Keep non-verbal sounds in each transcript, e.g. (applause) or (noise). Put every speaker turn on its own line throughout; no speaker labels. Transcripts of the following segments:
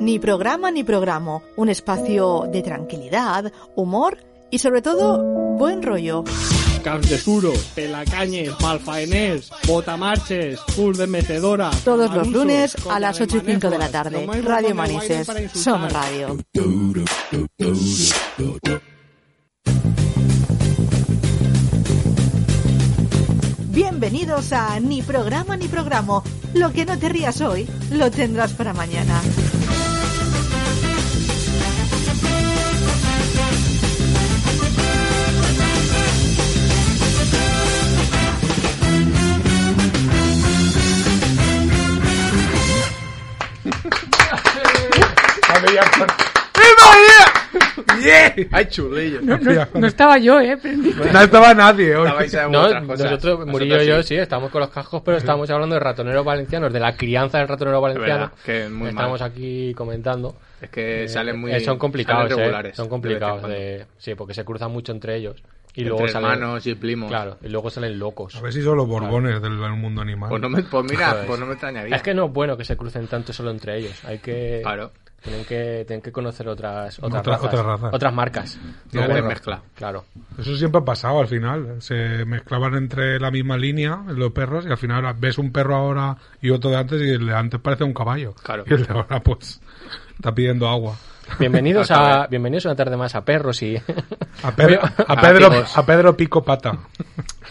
Ni programa ni programa, un espacio de tranquilidad, humor y sobre todo buen rollo.
Camps de Suro, Pelacañes, Malfaenés, Botamarches, Curs de Mecedora.
Todos los lunes a las 8 y 5 de la tarde. Radio Manises, Son Radio. Bienvenidos a Ni programa ni programa. Lo que no te rías hoy, lo tendrás para mañana.
¡Ay, chulillo!
No, no- no estaba yo, ¿eh? Pero-
No estaba nadie hoy.
Estabais en
No,
otras cosas.
nosotros, Murillo y
Vosotros
yo, sí, estábamos con los cascos, pero estábamos hablando de ratoneros valencianos, de la crianza del ratonero valenciano.
verdad, que es muy
Estamos
mal.
aquí comentando.
Es que
Eh,
salen muy.
eh, son complicados,
salen
eh,
regulares.
Son complicados, de- sí, porque se cruzan mucho entre ellos. Y
Entre
luego salen,
hermanos y primos.
Claro, y luego salen locos.
A ver si son los borbones del, del mundo animal.
Pues, no me, pues mira,
Joder.
pues no me extrañaría.
Es que no es bueno que se crucen tanto solo entre ellos. Hay que.
Claro.
Tienen que, tienen que conocer otras, otras,
Otra-
razas,
otras razas.
otras marcas.
Tiene que
No, bueno.
mezcla.
Claro.
Eso siempre ha pasado al final. Se mezclaban entre la misma línea los perros y al final ahora ves un perro ahora y otro de antes y el de antes parece un caballo.
Claro.
Y el de ahora pues está pidiendo agua.
(laughs)
Bienvenidos
Hasta
a bienvenidos una tarde más a perros
(laughs)
y (laughs)
A, Pedro- a
A
Pedro,
picos.
a Pedro Pico Pata.
(laughs)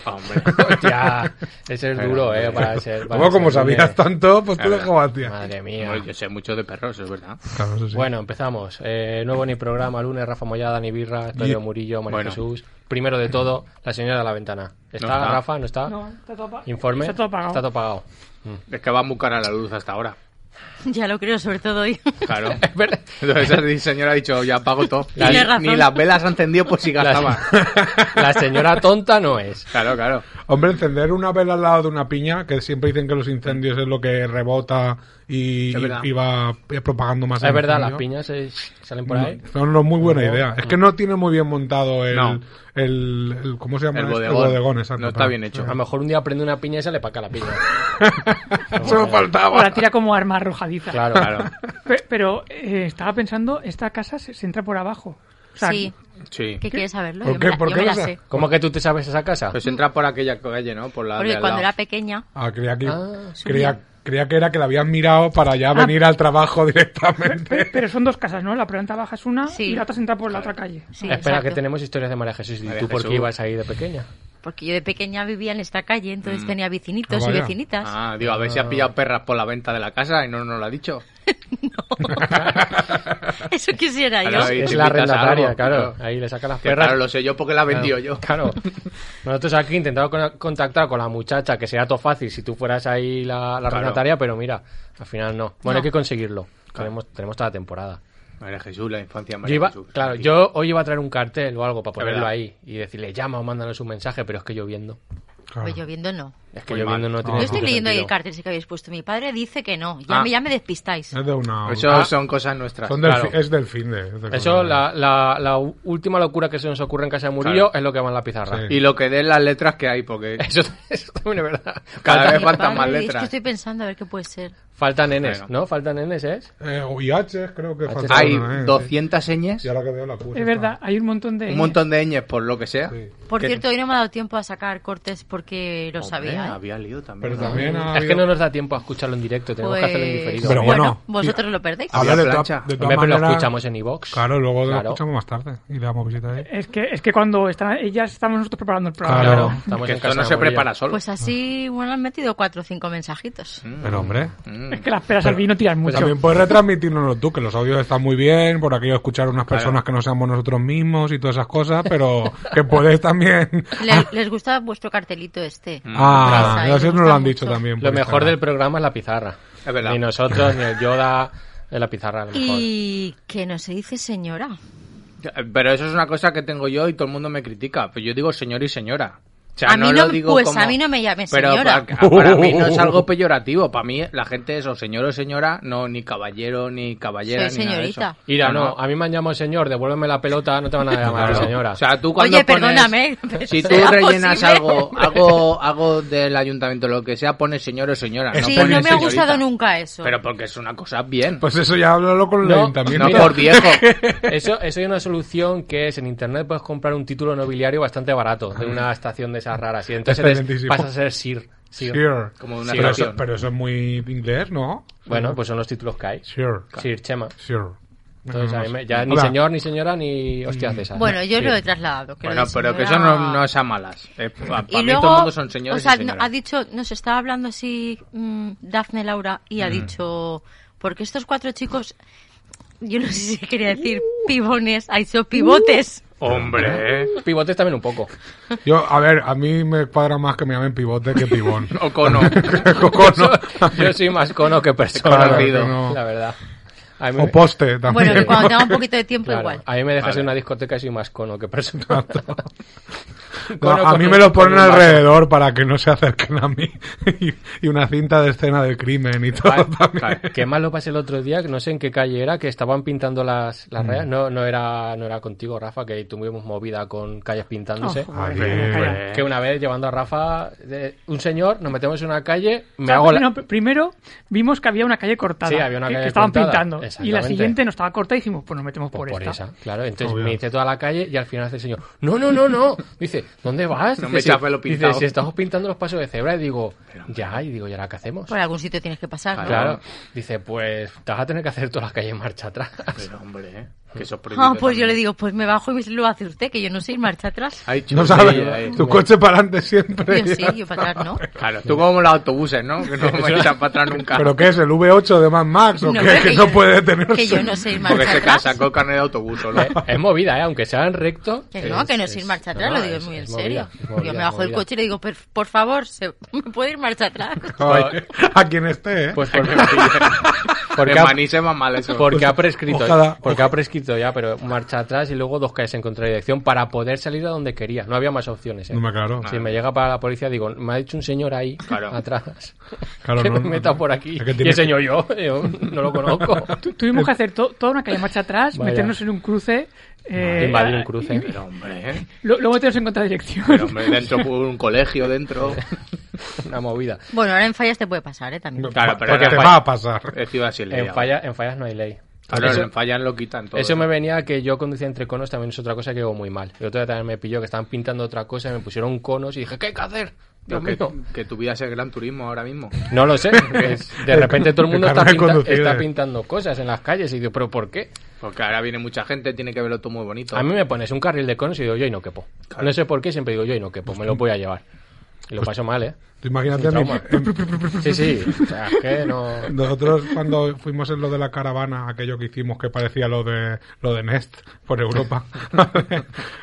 Hombre.
Hostia, ese es
Pero,
duro,
hombre.
eh, para ser. eh. para
Como, como
ser
sabías
lunes.
tanto, pues tú
Claro.
dejabas tía.
Madre mía.
Hombre, Yo sé mucho de perros, es verdad.
Claro, eso sí.
Bueno, empezamos. Eh, nuevo ni programa, lunes, Rafa Mollada, ni birra, Antonio Murillo, María
Bueno.
Jesús. Primero de todo, la señora de la ventana. ¿Está,
está.
Rafa? ¿No está?
No, está todo apagado.
Informe.
Está todo apagado.
Está
(laughs)
todo apagado.
Es que va muy cara la luz hasta ahora.
(laughs) Ya lo creo, sobre todo hoy.
(laughs)
Claro.
Es verdad.
Entonces el señor ha dicho, ya apago todo.
Tiene
Ni-
razón.
Ni las velas han encendido pues por si gastaba.
(laughs) La, la señora tonta no es.
(laughs) Claro, claro.
Hombre, encender una vela al lado de una piña, que siempre dicen que los incendios es lo que rebota y,
Es verdad.
y va propagando más
Es
el
verdad,
incendio.
las piñas eh, salen por ahí.
No, no, muy buena idea. Es que no tiene muy bien montado el.
No.
el, el- ¿Cómo se llama?
El
este?
bodegón.
exacto,
No está
claro.
bien hecho.
A lo mejor un día prende una piña y sale para acá la piña.
(laughs)
Solo
O la
faltaba.
tira como arma arrojadiza.
Claro, claro.
Pe- Pero, eh, estaba pensando, esta casa se, se entra por abajo. O sea,
Sí.
Sí.
¿Qué quieres saberlo?
¿Por
yo
qué?
me la,
¿Por
yo
qué
me la
no sa-
sé.
¿Cómo que tú te sabes esa casa?
Pues entra por aquella calle, ¿no? Por la de
Porque
al
cuando
lado.
era pequeña,
Ah, creía que,
Ah,
creía, creía que era que la habían mirado para ya venir al trabajo (laughs) directamente.
pe- pero son dos casas, ¿no? La planta baja es una
Sí.
y la otra se entra por la otra calle.
sí,
Espera, que
exacto.
tenemos historias de María Jesús. ¿Y
María
tú por qué
Jesús.
ibas ahí de pequeña?
Porque yo de pequeña vivía en esta calle, entonces tenía vecinitos
Ah,
y
vaya.
vecinitas.
Ah, digo, a ver si ha pillado perras por la venta de la casa y no nos lo ha dicho.
(laughs) Eso quisiera yo.
Claro, ahí
Es
te
la
invitas a
arrendataria,
algo,
claro.
claro.
Ahí le saca las
Que
perras.
claro, lo sé yo porque la he vendido yo.
Claro. (laughs) Nosotros aquí intentamos con- contactar con la muchacha, que sería todo fácil si tú fueras ahí la, la
Claro.
arrendataria, pero mira, al final no. Bueno,
No.
hay que conseguirlo. Tenemos, tenemos toda la temporada.
María Jesús, la infancia
Yo
María
iba-
Jesús.
claro, yo hoy iba a traer un cartel o algo para ponerlo
verdad.
ahí y decirle llama o mándanos un mensaje, pero es que lloviendo.
Claro.
Pues lloviendo no.
Es que
Muy
lloviendo
mal.
no tiene
Yo estoy
ningún
leyendo ahí el
sentido.
cartel ese que habéis puesto. Mi padre dice que no. Ya,
Ah.
me, ya me despistáis.
Es de una.
Eso
ah,
son cosas nuestras.
son del
claro.
fi- Es del fin de. es de
Eso,
cosas.
la, la, la u- última locura que se nos ocurre en casa de Murillo es lo que va en la pizarra.
Sí.
Y lo que den las letras que hay, porque
(laughs) Eso, eso también es verdad.
cada
Falta-
vez faltan
Padre,
más
Es que
letras.
estoy pensando a ver qué puede ser.
Faltan nenes,
Bueno.
¿no? Faltan nenes, ¿es?
Eh, UIH, creo que
H.
falta
(laughs) Hay
una, eh, sí.
200 señas,
Y ahora que veo la puse,
Es verdad, hay un montón de...
un montón de ñes por lo que sea.
está. Sí.
Por
Que-
cierto, hoy no me ha dado tiempo a sacar cortes porque lo
Hombre,
sabía. ¿eh?
Había lío también.
Pero también ha
Es que
habido-
no nos da tiempo a escucharlo en directo, tenemos que hacerlo en
Pues,
diferido.
Pero bueno,
vosotros lo perdéis.
Ah,
Ahora de,
Había
todas-
plancha.
de todas
Hombre, pero lo
maneras-
escuchamos en iVox.
Claro, luego lo
Claro.
escuchamos más tarde y le damos visita ahí.
Es que, es que cuando están ellas estamos nosotros preparando el programa.
Claro.
estamos
que
en
esto
casa
no
de
se
Murillo.
prepara solo.
Pues así, bueno, han metido cuatro o cinco mensajitos.
Pero hombre,
Mm.
Es que las peras al vino tiran mucho.
Pues también puedes retransmitirnoslo tú, que los audios están muy bien, por aquello de escuchar a unas personas que no seamos nosotros mismos y todas esas cosas, pero que puedes también...
Le- ¿Les gusta vuestro cartelito este?
Mm.
Ah,
Ahí
eso
me
nos lo
gusta
han dicho
mucho.
también. pues
Lo
por
mejor
Instagram.
del programa es la pizarra.
Es verdad.
Ni nosotros, ni el Yoda, es la pizarra a lo mejor.
Y que no se dice señora.
Pero eso es una cosa que tengo yo y todo el mundo me critica. Pues yo digo señor y señora. O sea,
A mí
no
no
lo
me-
digo
pues
como-
a mí no me llames
Pero
señora.
pa- para mí no es algo peyorativo. Para mí la gente es o señor o señora, no ni caballero ni caballera
Soy
ni nada de
señorita.
eso.
Mira,
No,
no,
no.
a mí me han llamado señor, devuélveme la pelota, no te van a llamar
Claro.
señora.
O sea, (laughs) tú cuando
Oye,
pones-
perdóname, (laughs) pero
Si tú
¿será
rellenas
posible?
algo, algo, algo del ayuntamiento, lo que sea, pones señor o señora.
Sí,
pones
no me ha
señorita.
gustado nunca eso.
Pero porque es una cosa bien.
Pues eso ya háblalo con el
No,
ayuntamiento.
no por viejo.
Eso, eso hay una solución que es en internet puedes comprar un título nobiliario bastante barato de una estación de esas raras y entonces eres-
Excelentísimo.
vas a ser Sir. Sir.
Sure.
Como una
pero, eso,
relación.
pero eso es muy inglés, ¿no?
Bueno, pues son los títulos que hay.
Sure.
Sir Chema.
Sure.
Entonces
No,
a mí
no
me-
sé.
ya ni
Hola.
señor, ni señora, ni hostia César.
Bueno, yo
Sí.
lo he trasladado. que lo
Bueno,
de
pero que eso
señora-
no, no es a malas. Eh, pa-
Y
para mí
luego,
todo el mundo son señores
o sea,
y señoras.
no- ha dicho, nos estaba hablando así mm, Dafne Laura y
Mm.
ha dicho, porque estos cuatro chicos, yo no sé si quería decir pibones, hay son pivotes.
Hombre, eh.
Pivotes también un poco.
Yo, a ver, a mí me cuadra más que me llamen pivote que
(laughs)
pibón. (laughs)
o cono.
Cocono.
Yo soy más cono que persona,
Claro,
tío,
que no.
la verdad. A mí me-
o poste también.
Bueno,
(laughs)
cuando tenga un poquito de tiempo
claro,
igual.
A mí me dejas
Vale.
en una discoteca y soy más cono que persona. (laughs)
No,
Cono
a
con
mí
un-
me lo
con
ponen
un vaso.
alrededor para que no se acerquen a mí. (laughs) y, y una cinta de escena de crimen y (laughs) todo
Vale,
también.
claro. Qué mal lo pasé el otro día, que no sé en qué calle era, que estaban pintando las,
Mm.
las rayas. No, no, era, no era contigo, Rafa, que tuvimos movida con calles pintándose.
Ojo,
Ahí.
calla, calla.
Pues,
Que una vez llevando a Rafa, de- un señor, nos metemos en una calle, me
No,
hago la...
no, pr- primero vimos que había una calle cortada.
Sí, había una
que-
calle
que estaban
cortada,
pintando. Y la
exactamente.
siguiente no estaba cortada y dijimos, pues nos metemos
Pues
por,
por
esta.
esa, claro. Entonces
Obvio.
me dice toda la calle y al final hace el señor, no, no, no, no. Dice, ¿dónde vas?
No
Dice,
me
"Si-
chafe lo pintado".
Dice, si estamos pintando los pasos de cebra. Y digo, ya, y digo, ¿y ahora qué hacemos?
Por algún sitio tienes que pasar, ¿no?
Claro. Dice, pues te vas a tener que hacer todas las calles marcha atrás.
Pero hombre, eh, que eso es
Ah,
prohibido
pues yo
también.
le digo, pues me bajo y me lo hace usted, que yo no sé ir
(laughs)
marcha atrás.
Ay, chulo,
No
sí,
sabes,
ahí.
tu coche para adelante siempre.
Yo sí, yo para atrás, ¿no?
(laughs)
Claro, tú como los autobuses, ¿no? Que no me echan para atrás nunca.
¿Pero qué es? ¿El V8 de Mad Max o
No,
qué? Que
que
no
yo-
puede detenerse.
Que yo no sé ir
Porque
marcha
se
atrás.
casa con carnet de autobús solo.
Eh, es movida, ¿eh? aunque sean recto.
Que no, que no es ir marcha atrás,
no,
lo digo
es-
muy en
es
serio.
movida, es movida,
yo me
es
bajo del
movida.
coche y le digo, "Per- por favor, se- (laughs) ¿me puede ir marcha atrás?
Joder, a quien esté, ¿eh?
(laughs)
Pues por-
Porque
porque, ha,
maní se va mal eso. Eh,
porque ha prescrito. ¿eh?
Ojalá.
Porque ha prescrito ya, pero marcha atrás y luego dos calles en contradirección para poder salir a donde quería. No había más opciones. ¿eh?
No me aclaro.
Si me llega para la policía, digo, me ha dicho un señor ahí,
Claro.
atrás,
Claro,
(laughs) que
no,
me
no,
meta
no.
por aquí.
Es que
y el
tienes
señor yo, yo no
(laughs)
lo conozco.
Tu- Tuvimos que hacer to- toda una calle marcha atrás,
Vaya.
meternos en un cruce. eh,
Invadir un cruce.
Pero hombre, ¿eh?
lo- Luego meternos en contradirección.
Pero
(laughs)
hombre, dentro por un colegio, dentro.
Una movida.
Bueno, ahora en fallas te puede pasar, ¿eh? También.
Claro, pero
porque
era
te
fa-
va a pasar.
Es que iba así el
En, falla- en fallas no hay ley.
Claro,
Eso-
en fallan lo quitan todo.
Eso me venía que yo conducía entre conos, también es otra cosa que hago muy mal. El otro día también me pilló que estaban pintando otra cosa y me pusieron conos y dije, ¿qué hay que hacer?
Pero
Dios
que,
mío.
que tu vida sea gran turismo ahora mismo.
No lo
(laughs)
sé. es- de repente todo el mundo
El
está,
carnet de
pinta-
conducir,
está
eh.
pintando cosas en las calles y digo, ¿pero por qué?
Porque ahora viene mucha gente, tiene que verlo todo muy bonito.
A mí me pones un carril de conos y digo, yo y no quepo. No sé por qué, siempre digo, yo y no quepo, me lo voy a llevar. Y
Pues
lo paso mal, ¿eh?
Tú imagínate,
trauma.
en-
Sí, sí. O sea, es que no...
nosotros cuando fuimos en lo de la caravana, aquello que hicimos que parecía lo de lo de Nest por Europa, (laughs)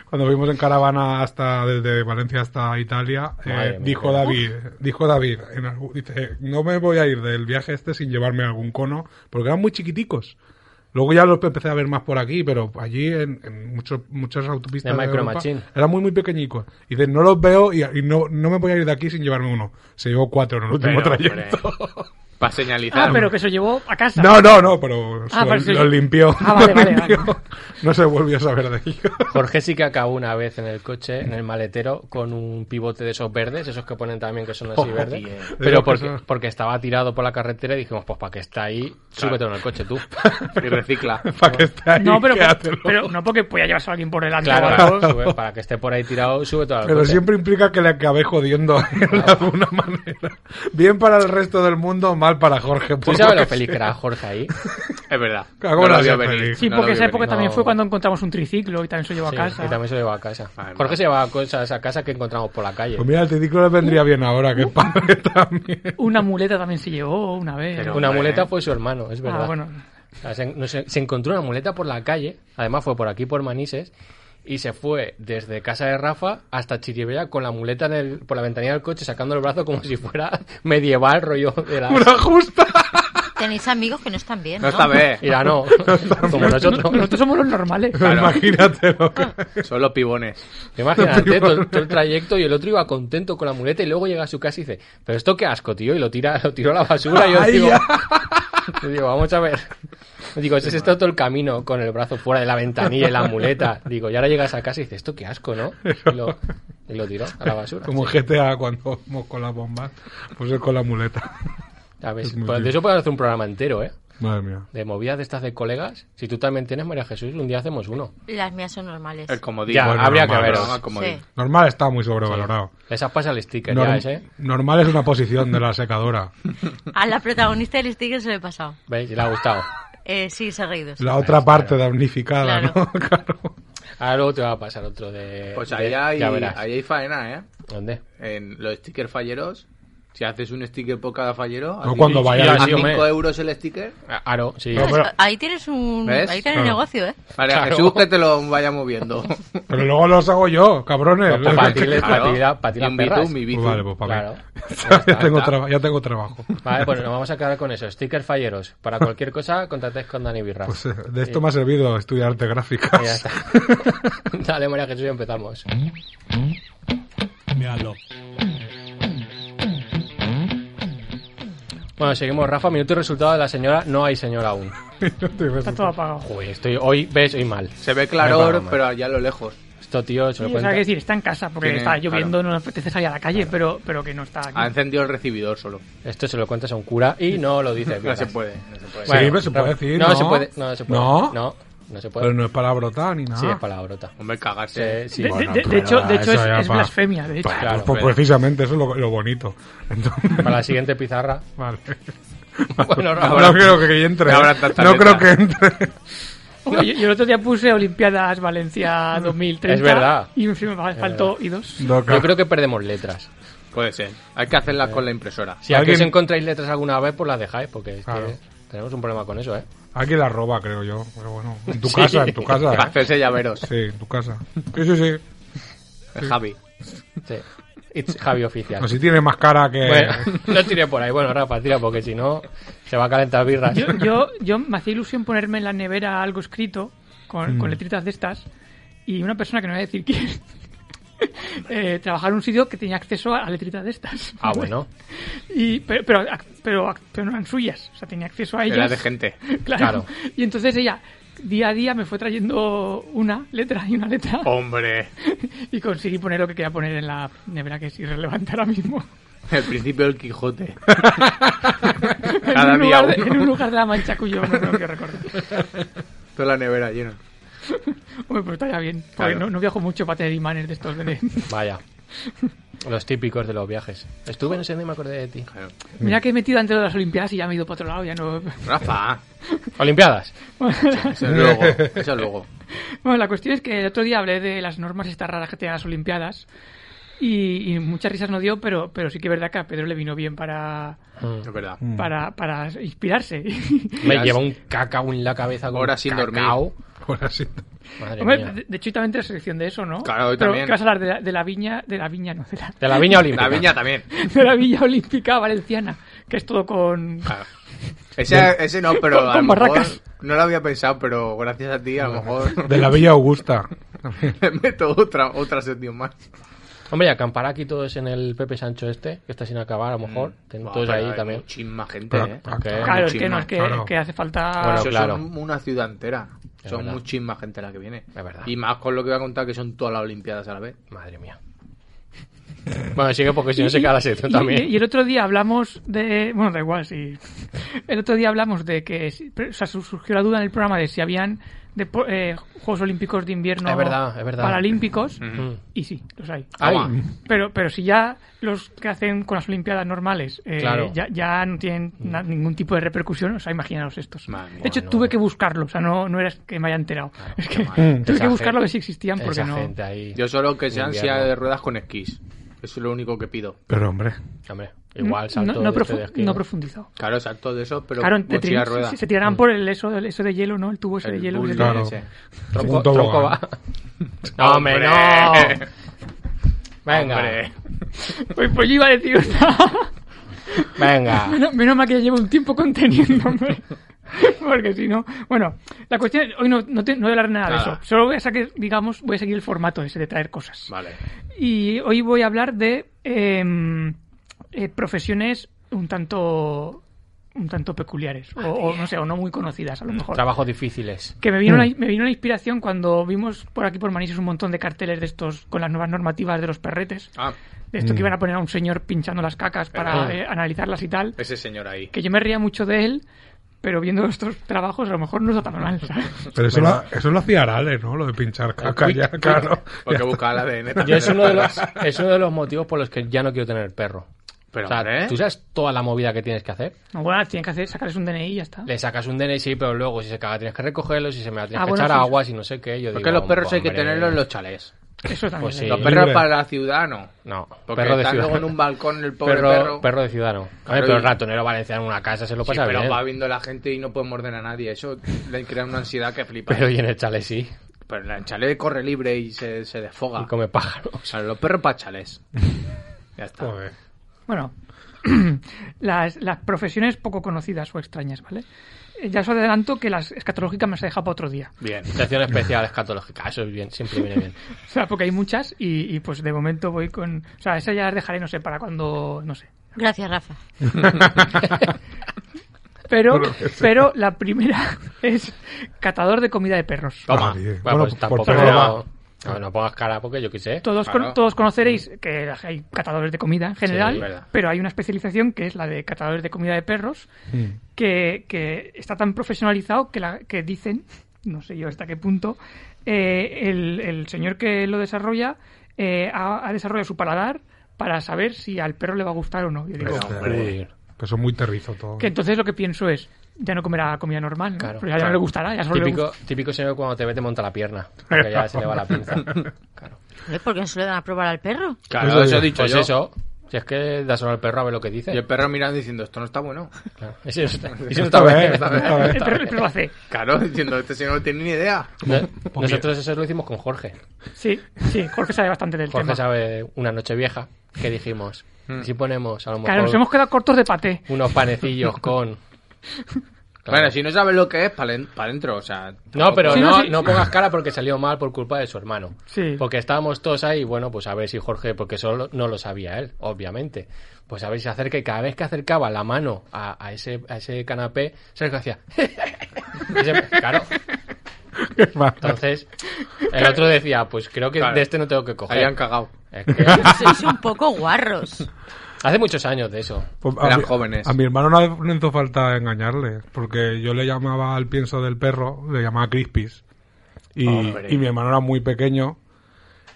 cuando fuimos en caravana hasta desde Valencia hasta Italia, eh,
Madre mía,
dijo
qué-
David, dijo David, en algún- dice, no me voy a ir del viaje este sin llevarme algún cono, porque eran muy chiquiticos. Luego ya los empecé a ver más por aquí, pero allí en, en muchos, muchas autopistas
De
de
Micro
Europa,
Machine.
eran muy, muy pequeñicos. Y dice, no los veo y, y no, no me voy a ir de aquí sin llevarme uno. Se llevó cuatro en el último trayecto.
Para
Ah,
señalizar.
pero que se llevó a casa.
No, no, no, pero
Ah,
lo-
pero sí,
lo
sí.
limpió.
Ah,
(laughs)
vale,
lo
vale,
limpió.
vale.
No se volvió a saber de ello. (laughs)
Jorge sí que acabó una vez en el coche, en el maletero, con un pivote de esos verdes, esos que ponen también que son así verdes.
Digo
Pero
que
porque,
son-
porque estaba tirado por la carretera y dijimos, pues para que está ahí, súbete en el coche
(laughs)
tú.
Y recicla.
Para que esté ahí,
No, pero,
quédatelo.
pero no porque podía llevarse a alguien por delante. o algo.
Claro, sube- para que esté por ahí tirado, súbete al
Pero
coche.
siempre implica que le acabé jodiendo a él de alguna manera. Bien para el resto del mundo, mal para Jorge.
¿Tú
por
sabes
lo
lo
que
feliz que
sea.
era
(laughs)
Jorge ahí?
Es verdad.
Cago
no
en
lo
la
vio
ser
venir.
feliz.
Sí,
No lo
porque
vio
esa época
venir.
también
No.
fue cuando encontramos un triciclo y también se llevó
Sí,
a casa.
Y también se lo llevaba a casa.
Madre
Jorge
mía.
se llevaba cosas a casa que encontramos por la calle.
Pues mira, el triciclo le vendría bien ahora,
Uh.
que padre también. (laughs)
Una muleta también se llevó una vez.
Pero-
Una
Hombre.
muleta fue su hermano, es verdad.
ah, bueno.
O sea, se, no sé, se encontró una muleta por la calle, además fue por aquí, por Manises, y se fue desde casa de Rafa hasta Chiribella con la muleta en el- (laughs) por la ventanilla del coche, sacando el brazo como si fuera medieval, rollo de la...
Una justa.
tenéis amigos que no están bien.
No
¿no?
está bien.
(laughs) Mira, no. Como nosotros.
Nosotros somos los normales.
Claro.
Imagínate lo que...
Ah.
Son los pibones.
(laughs)
Imagínate todo, todo el trayecto y el otro iba contento con la muleta y luego llega a su casa y dice, pero esto qué asco, tío, y lo tira, lo tiró a la basura y yo
Ay,
digo,
ya.
(laughs) yo digo, vamos a ver. Digo, ese es esto todo el camino con el brazo fuera de la ventanilla y la muleta. Digo, y ahora llegas a casa y dices, esto qué asco, ¿no? Y lo, y lo tiró a la basura.
(laughs) Como
Sí.
GTA cuando vamos con las bombas, pues es con la muleta. (laughs)
Ya ves,
es muy
pues de eso podemos hacer un programa entero, ¿eh?
Madre mía.
De movidas de estas de colegas. Si tú también tienes, María Jesús, un día hacemos uno.
Las mías son normales.
El comodín.
Ya,
bueno,
habría
normal,
que ver.
normal.
El comodín.
Sí.
Normal está muy sobrevalorado.
Esas pasa el sticker,
Norm-
ya ¿eh? ese.
Normal es una posición de la secadora.
A la protagonista del sticker se lo he pasado.
¿Veis? Y le ha gustado.
Eh, sí, se ha reído. sí.
La otra parte damnificada,
Claro.
¿no? (laughs) Claro.
Ahora luego te va a pasar otro de.
Pues
de-
ahí hay,
ya verás.
ahí hay faena, ¿eh?
¿Dónde?
En los stickers falleros. Si haces un sticker por cada fallero,
No, cuando vaya
a-
5
hombre.
euros el sticker.
Ah, Aro, sí.
No, pero-
Ahí tienes un
¿Ves?
ahí tienes
Claro.
negocio, ¿eh?
María
Claro.
Jesús, que te lo vaya
(laughs)
moviendo. (laughs)
Pero luego los hago yo, cabrones.
Pues para ti,
Claro.
para ti la- para ti
Y
las
un
perras.
bitum, mi
Pues
bitum.
vale, pues para
Claro.
mí. (laughs)
Ya
ya,
está.
tengo traba- ya tengo trabajo.
Vale, pues nos vamos a quedar con eso. Stickers falleros.
(laughs)
Para cualquier cosa, contactéis con Dani Birra.
Pues, eh, de esto me ha servido estudiar arte
Y ya
gráficas.
está. (laughs) Dale, María Jesús, y empezamos.
Miradlo.
Bueno, seguimos, Rafa. Minuto y resultado de la señora. No hay señora aún.
Está todo apagado.
Joder, estoy hoy, ves, hoy mal.
Se ve
Me he
claror,
parado mal.
pero allá a lo lejos.
Esto, tío, se
Sí,
lo
o sea,
cuenta.
que decir, está en casa porque
Tiene- Ah,
está lloviendo, no le apetece salir a la calle, pero, pero que no está aquí.
Ha encendido el recibidor solo.
Esto se lo cuentas a un cura y no lo
(laughs)
dices.
No se
Birras.
puede, no se puede.
Sí, pero se puede
Rafa,
decir,
No,
¿no?
se puede. No, se puede.
¿No?
no, no se
(laughs)
puede.
Pero no es palabrotada ni nada.
Sí, es palabrota.
Hombre,
Sí,
cagarse.
Eh, sí.
De-
Bueno,
de- de
pero
hecho- de hecho
eso
es-
ya
es
pa-
blasfemia, de hecho.
Pues,
Claro,
pues
pero-
precisamente eso es lo, lo bonito. Entonces,
Para la siguiente pizarra.
(laughs) vale.
Bueno, Rafa,
no creo que entre.
no
No,
habrá tantas
creo
letras.
que entre.
Yo, yo el otro día puse Olimpiadas Valencia 2030.
Es verdad.
Y en fin, me fa- faltó y dos.
No,
yo
claro.
creo que perdemos letras.
Puede ser. Hay que
Eh.
hacerlas con la impresora.
Si aquí os
Alguien-
encontráis letras alguna vez, pues las dejáis, porque es que
Claro.
tenemos un problema con eso, ¿eh?
Aquí la roba, creo yo. Pero bueno, en tu
Sí.
casa, en tu
(laughs)
Ah.
casa.
Hacerse
(laughs)
llaveros.
Sí, en tu casa. Sí, sí, sí.
Javi.
Sí. It's Javi Oficial.
Así tiene más cara que.
(laughs) Bueno,
(laughs)
no tiré por ahí. Bueno, Rafa, tira, porque si no, se va a calentar birras.
Yo, yo, yo me hacía ilusión ponerme en la nevera algo escrito con,
Mm.
con letritas de estas y una persona que no voy a decir quién. (laughs) eh, trabajar en un sitio que tenía acceso a, a letritas de estas.
Ah, bueno.
(laughs) Y, pero, pero, pero, pero no eran suyas, o sea, tenía acceso a ellas.
Era de gente.
(laughs) Claro.
Claro.
Y entonces ella día a día me fue trayendo una letra y una letra
Oh. Hombre.
(laughs) y conseguí poner lo que quería poner en la nevera que es irrelevante ahora mismo. (laughs)
El principio del Quijote.
en,
Cada
un
día
lugar de,
uno.
en un lugar de la mancha cuyo no tengo
(laughs)
que recordar.
Toda la nevera llena.
Hombre, pero estaría bien, porque
Claro.
no, no viajo mucho para tener imanes de estos. De...
Vaya. Los típicos de los viajes. Estuve en ese día y me acordé de ti.
Claro.
Mira que he metido dentro de las Olimpiadas y ya me he ido para otro lado, ya no... (laughs)
Rafa.
Olimpiadas.
Eso es luego. Eso es luego.
Bueno, la cuestión es que el otro día hablé de las normas estas raras que tienen las Olimpiadas y, y muchas risas no dio, pero, pero sí que es verdad que a Pedro le vino bien para,
Es verdad.
Mm. para, para inspirarse. (laughs)
Me
Mm. Las-
lleva un cacao en la cabeza con
Horas sin dormir.
cacao.
Ahora sí.
Madre
Hombre,
mía.
de, de hecho, también tienes sección de eso, ¿no?
Claro, hoy
Pero
también.
que vas a hablar de la, de la viña, de la viña, no, de la,
De la viña olímpica.
La viña también.
de la viña olímpica valenciana, que es todo con...
Claro. Ese, ese no, pero
Con-
a lo
con
mejor
barracas.
no lo había pensado, pero gracias a ti a lo (laughs) mejor
De la Villa Augusta.
le meto otra, otra sección más.
Hombre, y acampar aquí todos en el Pepe Sancho este, que está sin acabar a lo mejor. Ten- todos
Mm. Buah, pero
ahí
hay
también.
Muchísima gente,
Pero-
¿eh?
pero-
Ok.
Claro, es que no,
muchísima,
es que,
claro.
es que hace falta...
Bueno,
Eso
claro.
son una ciudad entera.
Es
son
verdad.
muchísima gente la que viene.
Es verdad.
Y más con lo que voy a contar que son todas las Olimpiadas a la vez.
Madre mía. Bueno, sigue porque si no se queda la sección
Y-
también.
Y, y el otro día hablamos de. Bueno, da igual, sí. El otro día hablamos de que. si- pero, O sea, su- surgió la duda en el programa de si habían depo- eh, Juegos Olímpicos de Invierno.
Es verdad, es verdad.
Paralímpicos.
Mm.
Y sí, los hay.
Ay,
Toma.
Pero, pero si ya los que hacen con las Olimpiadas normales eh,
Claro. Mm.
ya, ya no tienen na- ningún tipo de repercusión, o sea, imaginaos estos.
Madre mía,
de hecho,
no.
tuve que buscarlo, o sea, no, no era que me haya enterado. es que (laughs) tuve
Esa
que buscarlo a ver
gente-
si existían, porque
esa
no.
gente ahí.
Yo solo que sean
Invierno.
silla de ruedas con esquís. Eso es lo único que pido.
Pero hombre.
Hombre, igual salto
no, no,
de este
profu-
de esquí,
no
¿no?
profundizado.
Claro, exacto de eso, pero
claro, te
con silla de
trin-
ruedas.
se, se tirarán por el eso, el eso de hielo, ¿no? El tubo ese
El
de hielo.
bull-
que-
Claro.
ese.
Un
Tronco,
tobogán.
tronco va. No, hombre, no. Venga.
Hombre.
Pues, pues yo iba a decir una,
Venga.
(laughs) Menos, menos mal que ya llevo un tiempo conteniéndome. (laughs) Porque si no. Bueno, la cuestión. Hoy no, no, te- no voy a hablar nada, de
Nada.
eso. Solo voy a, saque- digamos, voy a seguir el formato ese de traer cosas.
Vale.
Y hoy voy a hablar de em, eh, profesiones un tanto. un tanto peculiares. O, o no sé, o no muy
Mm,
conocidas, a lo mejor.
Trabajos difíciles.
Que me vino, la, me vino la inspiración cuando vimos por aquí por Manises un montón de carteles de estos con las nuevas normativas de los perretes.
Ah,
De esto que iban a poner a un señor pinchando las cacas para
Ah.
eh, analizarlas y tal.
ese señor ahí.
Que yo me ría mucho de él, pero viendo estos trabajos a lo mejor no está tan
(laughs)
mal, ¿sabes?
Pero eso, lo, eso lo hacía Arale, ¿no? Lo de pinchar caca
Quick,
ya,
quick.
claro.
Porque buscaba el ADN también.
(laughs) Yo es uno, de los,
perras.
es uno de los motivos por los que ya no quiero tener perro.
Pero,
o sea,
hombre,
tú sabes toda la movida que tienes que hacer.
No, bueno, tienen que hacer, sacarles un DNI y ya está.
Le sacas un DNI, sí, pero luego si se caga tienes que recogerlo, si se me tienes
Ah,
que
bueno,
echar
sí.
agua, si no sé qué. Yo
¿Por
digo,
qué los perros hay que
hombre,
tenerlos en los chalés?
Eso también.
Pues
le
sí.
digo.
Los perros
Libre.
para la ciudad no.
No,
Porque
perro de
están
ciudadano.
luego en un
(laughs)
balcón el pobre
perro,
perro.
perro de ciudadano.
Claro,
pero
y-
el ratonero valenciano en una casa se lo
Sí,
pasa
pero
bien.
va viendo la gente y no puede morder a nadie. Eso le crea una ansiedad que flipa.
(laughs) Pero
Pero,
y en el chale sí.
en el chalet corre libre y se, se desfoga.
Y come pájaros.
O sea, los perros para
(laughs)
chalés. Ya está.
(laughs) Joder.
Bueno, (clears throat) las, las profesiones poco conocidas o extrañas, ¿vale? Eh, Ya os adelanto que las escatológicas me las he dejado para otro día.
Bien.
Sección especial escatológica. Eso es bien, siempre
(laughs)
viene bien.
O sea, porque hay muchas y, y, pues de momento voy con... O sea, esas ya las dejaré, no sé, para cuando... No sé.
Gracias, Rafa.
Pero,
(laughs)
pero la primera (laughs) es catador de comida de perros.
Toma.
Vale.
Bueno,
Ah, Bueno,
pues
por
tampoco.
favor,
No, no, no pongas cara porque yo qué sé.
Todos,
Claro.
con- todos conoceréis que hay catadores de comida en
Sí,
general,
verdad.
pero hay una especialización que es la de catadores de comida de perros, que, que está tan profesionalizado que, la, que dicen, no sé yo hasta qué punto, eh, el, el señor que lo desarrolla eh, ha, ha desarrollado su paladar para saber si al perro le va a gustar o no. Yo digo,
Pero,
Uy,
Pues son muy terrizo todo.
que entonces lo que pienso es, ya no comerá comida normal, ¿no?
Claro,
Porque ya
claro.
no le gustará, ya solo le
Típico, típico señor cuando te ve te monta la pierna. Porque ya se le va
(laughs)
la pinza. Claro.
Joder, ¿Por qué no se lo dan a probar al perro?
Claro, eso he dicho
Pues
yo.
eso. Si es que da solo al perro a ver lo que dice.
Y el perro mirando diciendo, esto no está bueno.
Claro.
(laughs)
Ese no está, ese no
Esta
está
vez,
bien.
esta vez, esta vez.
gusta. El perro- el perro lo hace.
Claro, (laughs) diciendo, este señor no tiene ni idea.
No-
Pues
Nosotros eso lo hicimos con Jorge.
Sí, sí, Jorge sabe bastante del
Jorge
tema.
sabe una noche vieja que dijimos.
Mm.
Si ponemos a lo
Claro,
mejor
nos hemos quedado cortos de paté.
unos panecillos con. Claro.
(laughs) Bueno, si no sabes lo que es, para adentro. O sea,
No,
tampoco-
pero
Sí, no,
no,
sí.
no pongas cara porque salió mal por culpa de su hermano.
Sí.
Porque estábamos todos ahí, bueno, pues a ver si Jorge, porque solo no lo sabía él, obviamente. Pues a ver si se acerca y cada vez que acercaba la mano a, a ese, a ese canapé, Sergio hacía. (laughs) Y se- claro. Entonces, el otro decía, pues creo que
Claro.
de este no tengo que coger.
Ahí han cagado.
Es que
Sois un poco guarros.
hace muchos años de eso.
Pues
Eran
mi-
jóvenes.
A mi hermano no, no hizo falta engañarle, porque yo le llamaba al pienso del perro, le llamaba Crispis. Y,
Hombre.
y mi hermano era muy pequeño.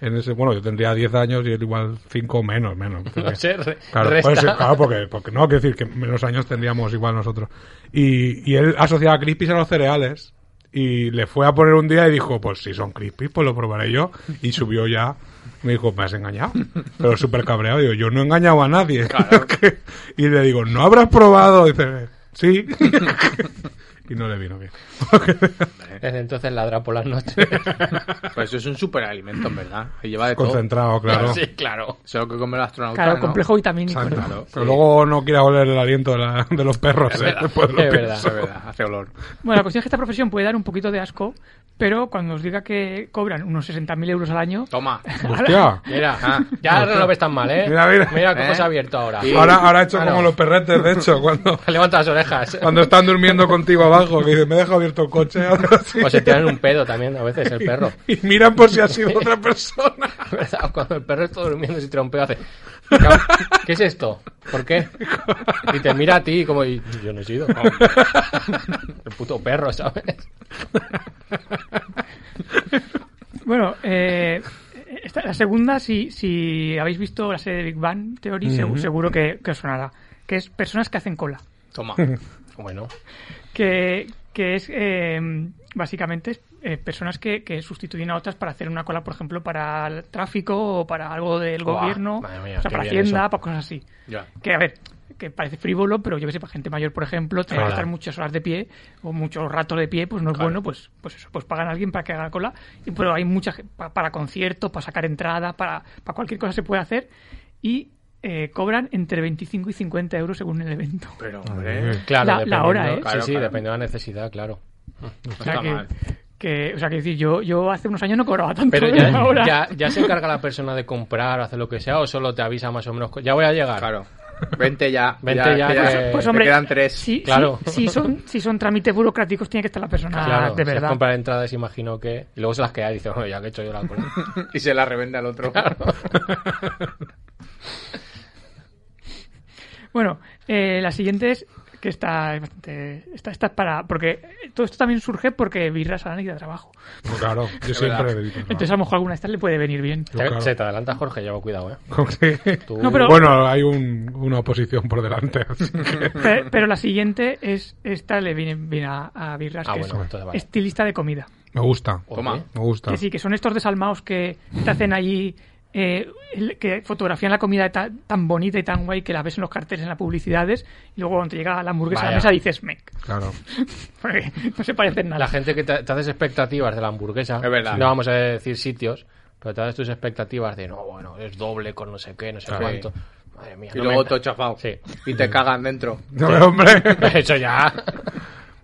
En ese, bueno, yo tendría 10 años y él igual 5 menos, (laughs) menos.
(laughs) No sé, re-
Claro,
resta.
puede ser, claro, porque, porque no, quiero decir que menos años tendríamos igual nosotros. Y, y él asociaba a Crispis a los cereales y le fue a poner un día y dijo, pues si son Crispis, pues lo probaré yo. Y subió ya, me dijo, me has engañado. Pero súper cabreado, digo, yo no he engañado a nadie. (laughs) y le digo, ¿no habrás probado? Y dice, sí. (laughs) y no le vino bien. (laughs)
Desde (laughs) entonces ladra por las noches.
Pero Pues eso es un superalimento, en verdad. Y lleva de todo.
Concentrado, claro.
(laughs) Sí, claro.
Eso es lo que come el astronauta.
Claro,
¿no?
complejo vitamínico.
Exacto.
¿no?
Pero luego no quiera oler el aliento de, la- de los perros. eh, después lo
es
pienso.
verdad.
Es verdad, hace olor.
Bueno, la cuestión es que esta profesión puede dar un poquito de asco, pero cuando os diga que cobran unos 60.000 euros al año,
Toma.
Hostia.
Mira, ya Ah, no lo ves tan mal, ¿eh?
Mira, mira.
cómo
¿Eh?
se ha abierto ahora.
Sí.
Ahora, ahora he hecho
Ah,
como
no.
los perretes, de hecho, cuando,
(laughs) Levanta las orejas.
(laughs) cuando están durmiendo contigo abajo, que dicen, me deja abierto el coche. algo así.
O Pues se tiran un pedo también, a veces, el perro.
(laughs)
(laughs)
Y miran por si ha sido otra persona.
¿Verdad? Cuando el perro está durmiendo, se tira un pedo, hace... "Cab- ¿Qué es esto? ¿Por qué? Y te mira a ti como... y, Yo no he sido. El puto perro, ¿sabes?
bueno, eh, esta- la segunda, si, si habéis visto la serie de Big Bang Theory, segu- seguro que, que os sonará, que es personas que hacen cola,
(laughs)
Toma.
Bueno,
que, que es eh, básicamente es, eh, personas que, que sustituyen a otras para hacer una cola, por ejemplo, para el tráfico o para algo del
Buah,
gobierno,
madre mía,
o sea,
qué
para
bien
Hacienda,
eso.
para cosas así.
Ya.
Que a ver, que parece frívolo, pero yo que sé, para gente mayor, por ejemplo, tener que
Claro.
estar muchas horas de pie o muchos ratos de pie, pues no es bueno, pues, pues eso, pues pagan a alguien para que haga cola. Y, pero hay mucha ge- pa- para, conciertos, para sacar entradas, para, para cualquier cosa se puede hacer. Y eh, cobran entre 25 y 50 euros según el evento.
Pero,
hombre,
hombre.
Claro,
La- la
dependiendo-
hora, ¿eh?
Sí,
Claro,
sí,
claro.
depende de la necesidad, claro.
O sea
está
que,
mal.
que- o sea, que decir, yo, yo hace unos años no cobraba tanto.
Pero
de (laughs) la
ya,
hora.
ya, ya se encarga la persona de comprar o hacer lo que sea, o solo te avisa más o menos. co- Ya voy a llegar.
Claro. Vente ya.
Vente ya, eh, que-
Pues
me
hombre,
quedan tres.
Si,
Claro.
si, si son, si son trámites burocráticos, tiene que estar la persona
Claro,
Ah, de
si es
verdad.
comprar entradas, imagino que. Y luego se las queda y dice, bueno, ya que he hecho yo la
(laughs)
cola.
Y se la revende al otro.
Bueno, eh, la siguiente es que está es bastante. Esta, esta es para. Porque todo esto también surge porque Birra se de trabajo.
Ah.
Pues Claro, yo siempre le digo.
Entonces, a lo mejor alguna de estas le puede venir
(laughs)
bien.
Yo, claro.
Se te adelanta, Jorge, lleva cuidado, ¿eh?
(laughs)
Tú-
No, pero-
Bueno, hay un- una oposición por delante. así que-
Pe- Pero, la siguiente es. Esta le viene bien a, a Birras,
Ah,
que
bueno,
es
entonces vale. Ah.
estilista de comida.
Me gusta,
Oye,
Toma.
me gusta.
Que sí, que son estos desalmados que te hacen allí. eh, el- que fotografían la comida ta- tan bonita y tan guay que la ves en los carteles, en las publicidades, y luego cuando te llega la hamburguesa a la
Vaya.
mesa dices, mec, (laughs)
Claro.
porque no se parecen nada.
La gente que te, te haces expectativas de la hamburguesa.
Es verdad.
No vamos a decir sitios, pero te haces tus expectativas de, no, bueno, es doble con no sé qué, no sé
Claro.
cuánto. Madre mía.
(laughs) Y
no
luego
me- (laughs)
todo chafado.
Sí.
Y te cagan dentro.
No, hombre, (laughs)
Eso ya. (laughs)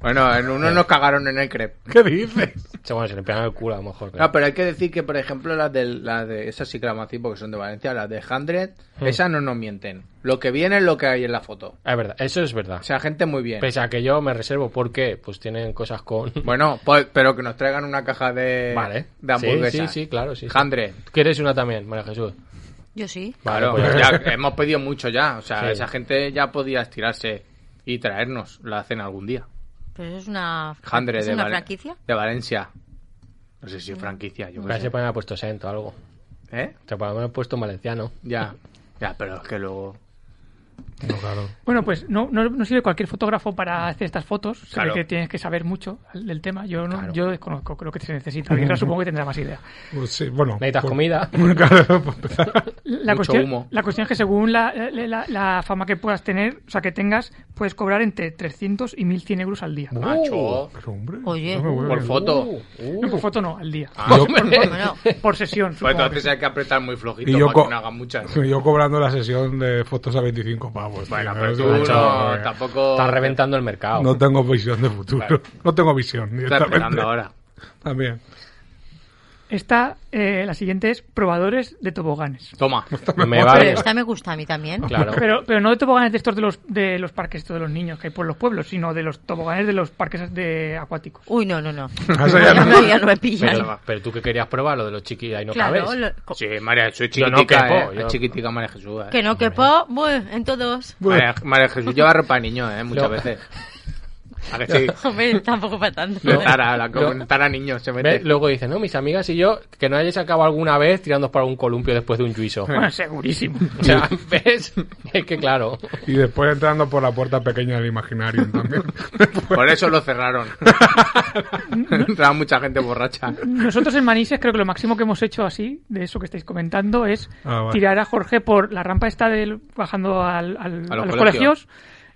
Bueno, en uno nos cagaron en el crepe.
¿qué dices?
Bueno, se le pegan el culo a lo mejor.
No, pero hay que decir que, por ejemplo, las de, las de esas sí que las macizo porque son de Valencia, las de Hundred,
Hmm.
esas no nos mienten. Lo que viene es lo que hay en la foto.
Es verdad, eso es verdad.
O sea, gente muy bien.
Pese a que yo me reservo porque pues tienen cosas con...
Bueno, pues, pero que nos traigan una caja de,
Vale.
de hamburguesas.
Sí, sí, sí, claro, sí, sí.
Hundred.
¿Quieres una también, María Jesús?
Yo sí.
Vale,
Claro, (laughs)
pues ya.
ya hemos pedido mucho ya. O sea,
Sí.
esa gente ya podía estirarse y traernos la cena algún día.
Pero eso es una,
Handre
¿es
de,
una
Val-
franquicia.
de Valencia. No sé si es franquicia, yo
Ahora
qué
se
sé.
pueden haber puesto sento o algo.
¿Eh?
Se pueden haber puesto en valenciano.
Ya, ya, pero es que luego.
No, claro.
Bueno, pues no, no, no sirve cualquier fotógrafo para hacer estas fotos. Se ve
Claro.
que tienes que saber mucho del tema. Yo no,
Claro.
yo desconozco lo que se necesita. Guerra supongo que tendrá más idea.
Pues sí, (laughs) bueno.
Necesitas
por-
comida.
Claro, por empezar.
La,
Mucho
cuestión,
humo.
la cuestión es que según la, la- la- la fama que puedas tener, o sea, que tengas, puedes cobrar entre 300 y 1100 euros al día.
Macho,
Pero, hombre,
Oye,
me huele.
por foto.
No, por foto no, al día.
Uh, Yo-
(laughs)
Bueno,
Por sesión,
Pues
supongo.
entonces hay Ah. que apretar muy flojito
(laughs) Y yo
para
co-
que no hagan muchas.
Yo cobrando la sesión de fotos a 25 pavos.
Bueno,
tío,
pero
es
tú
mucho,
no,
hombre.
tampoco.
Estás reventando el mercado.
No tengo visión de futuro.
Claro.
(laughs) No tengo visión.
Estás
directamente.
apretando ahora.
(laughs) También.
Esta, eh, la siguiente es probadores de toboganes.
Toma.
Me va
pero
bien.
esta me gusta a mí también.
Claro.
Pero, pero no de toboganes de estos de los, de los parques estos de los niños que hay por los pueblos, sino de los toboganes de los parques de acuáticos.
Uy, no,
(laughs)
no, no.
Ah, eso ya no.
Ya (laughs) no, ya no me pillan.
Pero, pero tú que querías probar lo de los chiquillos ahí no
claro,
cabes.
lo- co-
Sí, María, soy
Yo no
chiquitica,
quepo,
eh.
yo-
Es chiquitica María Jesús. eh.
que no quepo, bueno, en todos. (laughs)
María, María Jesús lleva ropa de niño, eh, muchas
No.
(laughs)
veces. A que sí.
Hombre, tampoco para tanto.
De Tara, la
No.
con Tara niño se
Ve,
mete.
Luego dice, no, mis amigas y yo, que no hayáis acabado alguna vez tirándoos para un columpio después de un juicio.
(laughs)
Bueno, segurísimo.
(laughs) O sea, ¿ves? Es que claro.
Y después entrando por la puerta pequeña del imaginario también.
Por eso lo
(laughs)
cerraron. (laughs) Entraba mucha gente borracha.
Nosotros en Manises creo que lo máximo que hemos hecho así, de eso que estáis comentando, es
Ah, vale.
tirar a Jorge por la rampa esta del, bajando al- al- a los, colegios,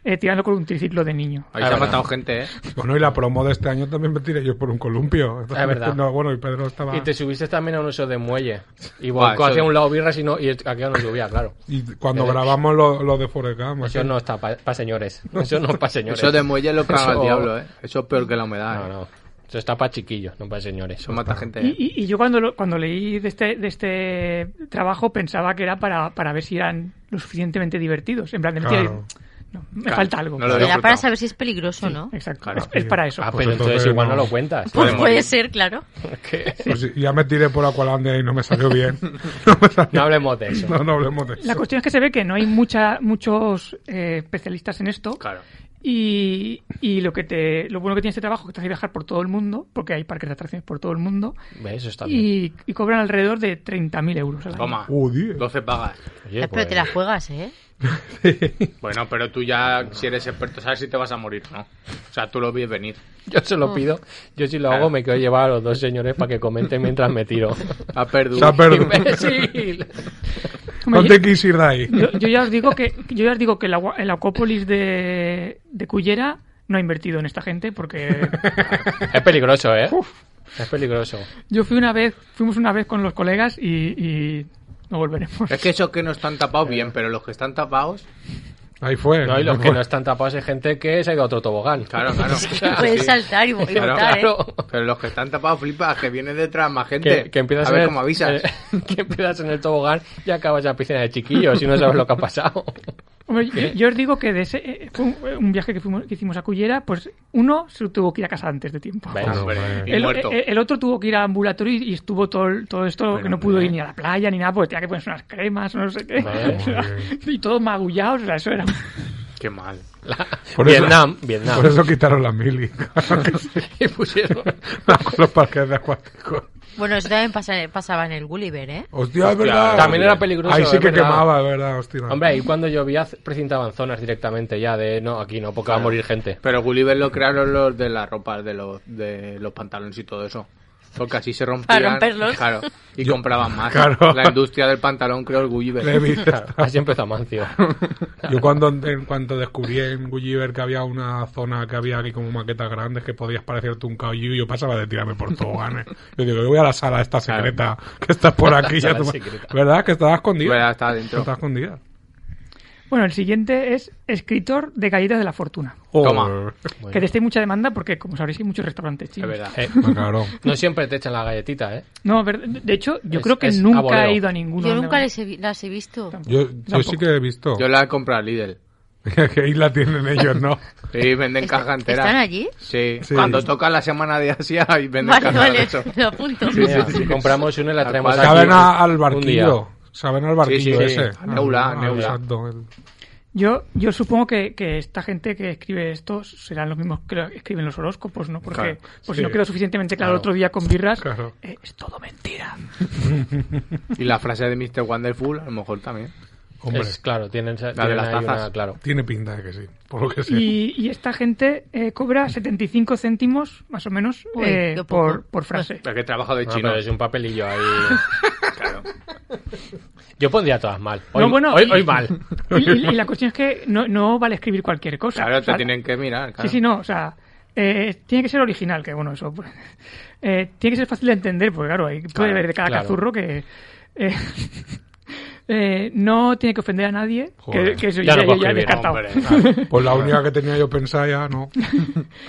eh, tirando con un triciclo de niño.
Ahí se
Ah,
ha
verdad.
matado gente, ¿eh?
bueno, y la promo de este año también me tiré yo por un columpio.
Es verdad.
(laughs) No, bueno, y Pedro estaba...
Y te subiste también a un uso de muelle. Y
Buah,
volcó
eso-
hacia un lado birras y, no, y aquello no llovía, claro.
Y cuando grabamos lo, lo de Forest Gump,
Eso
aquel-
no está para señores. Eso no es para señores.
Eso de muelle lo caga el
Eso-
diablo, ¿eh? Eso es peor que la humedad.
No,
¿eh?
no. Eso está para chiquillos, no para señores.
Eso mata gente.
Y,
¿eh?
y- y yo cuando, lo- cuando leí de este, de este trabajo pensaba que era para, para ver si eran lo suficientemente divertidos. En plan, de mentira,
Claro.
no, me
Claro,
falta algo.
no lo
Era
disfrutado.
para saber si es peligroso, ¿no?
Exacto,
Claro.
es, es para eso.
Ah,
Pues
pero entonces
entonces
igual no
no.
lo cuentas.
Pues
(laughs) Pues
Podemos
puede
ir.
ser, claro. Ah,
Que-
Pues sí, ya me tiré por Aqualandia y no me salió bien. (laughs) No, me
No
salió-
hablemos de eso. (laughs)
no, no hablemos de eso.
La cuestión es que se ve que no hay mucha, muchos eh, especialistas en esto.
Claro.
Y, y lo que te lo bueno que tiene este trabajo es que te hace viajar por todo el mundo, porque hay parques de atracciones por todo el mundo,
Ve, Eso está bien.
y, y cobran alrededor de 30.000 euros al año.
Toma.
Oh, Dios.
12 pagas.
Oye,
Eh,
pues,
Pero te la juegas, ¿eh?
Bueno, pero tú ya, si eres experto, sabes si te vas a morir, ¿no? O sea, tú lo ves venir.
(laughs) Yo se lo pido. Yo si lo hago me quiero llevar a los dos señores para que comenten mientras me tiro.
A perdido.
Se ha perdido.
(laughs) ¡Imbécil!
Hombre,
No te quis ir de ahí.
yo, yo ya os digo que yo ya os digo que el, agua- el Acópolis de, de Cullera no ha invertido en esta gente porque
Es peligroso, ¿eh? Es peligroso.
yo fui una vez, fuimos una vez con los colegas y, y No volveremos.
Es que esos que no están tapados bien, pero los que están tapados,
Ahí fue.
No, y los
ahí
que
fue.
no están tapados es gente que se ha ido a otro tobogán.
(laughs) claro, claro. (laughs)
Puedes
Sí.
saltar y, y
Claro,
botar, ¿eh?
claro. Pero los que están tapados flipas, que viene detrás más gente.
(laughs) Que, que empiezas
a ver
en el-
cómo avisas.
eh, (laughs) que empiezas en el tobogán y acabas en la piscina de chiquillos y no sabes lo que ha pasado.
Hombre, yo, yo os digo que de ese, eh, fue un, un viaje que, fuimos- que hicimos a Cullera, pues uno se tuvo que ir a casa antes de tiempo.
Ven.
Claro,
Hombre,
hombre.
y
El, eh,
muerto.
el- el otro tuvo que ir a ambulatorio y, y estuvo todo, el- todo esto
Bueno,
que no pudo
hombre.
ir ni a la playa ni nada, porque tenía que ponerse unas cremas o no sé qué.
Vale.
(laughs) O sea, y todos magullados, o sea, eso era.
Qué mal.
Por eso-
Vietnam, Vietnam.
Por eso quitaron la mili. (laughs)
(laughs) Y pusieron.
los parques de acuáticos.
Bueno, eso también pasa- pasaba en el Gulliver, ¿eh?
Hostia, es verdad.
También era peligroso.
Ahí sí
es
que
verdad.
quemaba, es verdad, hostia.
Hombre, ahí cuando llovía c- precintaban zonas directamente ya de no, aquí no, porque va a morir gente.
Pero Gulliver lo crearon los de las ropas, de los, de los pantalones y todo eso. Porque así se rompían.
Para romperlos.
Claro. Y compraban más.
Claro.
La industria del pantalón creó el Gulliver.
(laughs)
Levi's.
Así
(laughs)
empezó Mancio.
Yo cuando en cuanto descubrí en Gulliver que había una zona que había aquí como maquetas grandes que podías parecerte un caballo, yo pasaba de tirarme por toboganes. Yo digo, yo voy a la sala esta secreta que está por aquí. ya
Sala
tú-
secreta.
¿Verdad? Que estaba escondida.
Verdad, estaba dentro.
Estaba escondida.
Bueno, el siguiente es escritor de galletas de la fortuna.
Toma.
Que de este hay mucha demanda porque, como sabréis, hay muchos restaurantes
Es
chinos.
verdad. eh.
Ah, claro.
(laughs) No siempre te echan la galletita, ¿eh?
No, ver- de hecho, yo
Es-
creo que
es
nunca
aboleo.
he ido a ninguno.
Yo
donde-
nunca les he vi- las he visto.
Yo, yo sí
Tampoco.
que he visto
Yo la he comprado a Lidl.
(laughs) que ahí la tienen ellos, ¿no?
Sí, venden
Está-
caja entera.
¿Están allí?
Sí.
Sí.
Cuando toca la semana de Asia y venden
(laughs) Vale,
caja de
vale,
eso.
lo apunto.
Mira, compramos una y la
Al
traemos
cual-
Saben
aquí.
a- al
un día.
barquillo. Saben al barquillo
Sí, sí, sí.
ese.
A Neula, a
Al-
Neula.
exacto, el-
Yo, yo supongo que, que esta gente que escribe esto serán los mismos que lo- escriben los horóscopos, ¿no? Porque
Claro,
pues
sí.
si no quedó suficientemente claro,
Claro.
el otro día con birras,
Claro.
eh, es todo mentira.
Y la frase de Mr. Wonderful, a lo mejor también.
Hombre,
Es, claro, tienen, tienen
de las
ahí
tazas.
una- claro.
tiene pinta de que sí. Por lo que sé.
Y, y esta gente eh, cobra 75 céntimos, más o menos,
Uy,
eh,
qué poco.
por,
(laughs)
por frase.
La que he
Ah,
trabajado de
No,
chino.
pero es un
(laughs)
papelillo ahí. Yo pondría todas mal. Hoy,
No, bueno,
hoy,
y-
hoy mal.
(laughs)
(laughs)
Y, y- y la cuestión es que no, no vale escribir cualquier cosa.
Claro,
O
te
sea,
tienen que mirar. claro.
Sí, sí, no, o sea, eh, tiene que ser original, que bueno, eso. (laughs) pues, eh, tiene que ser fácil de entender, porque claro, ahí puede
Claro,
haber de cada
claro.
cazurro que. eh, (laughs) eh, no tiene que ofender a nadie,
Joder.
que, que eso
Ya
ya,
no
ya-
puedo
ya he
escribir,
descartado.
Hombre,
Pues la única que tenía yo pensada ya no.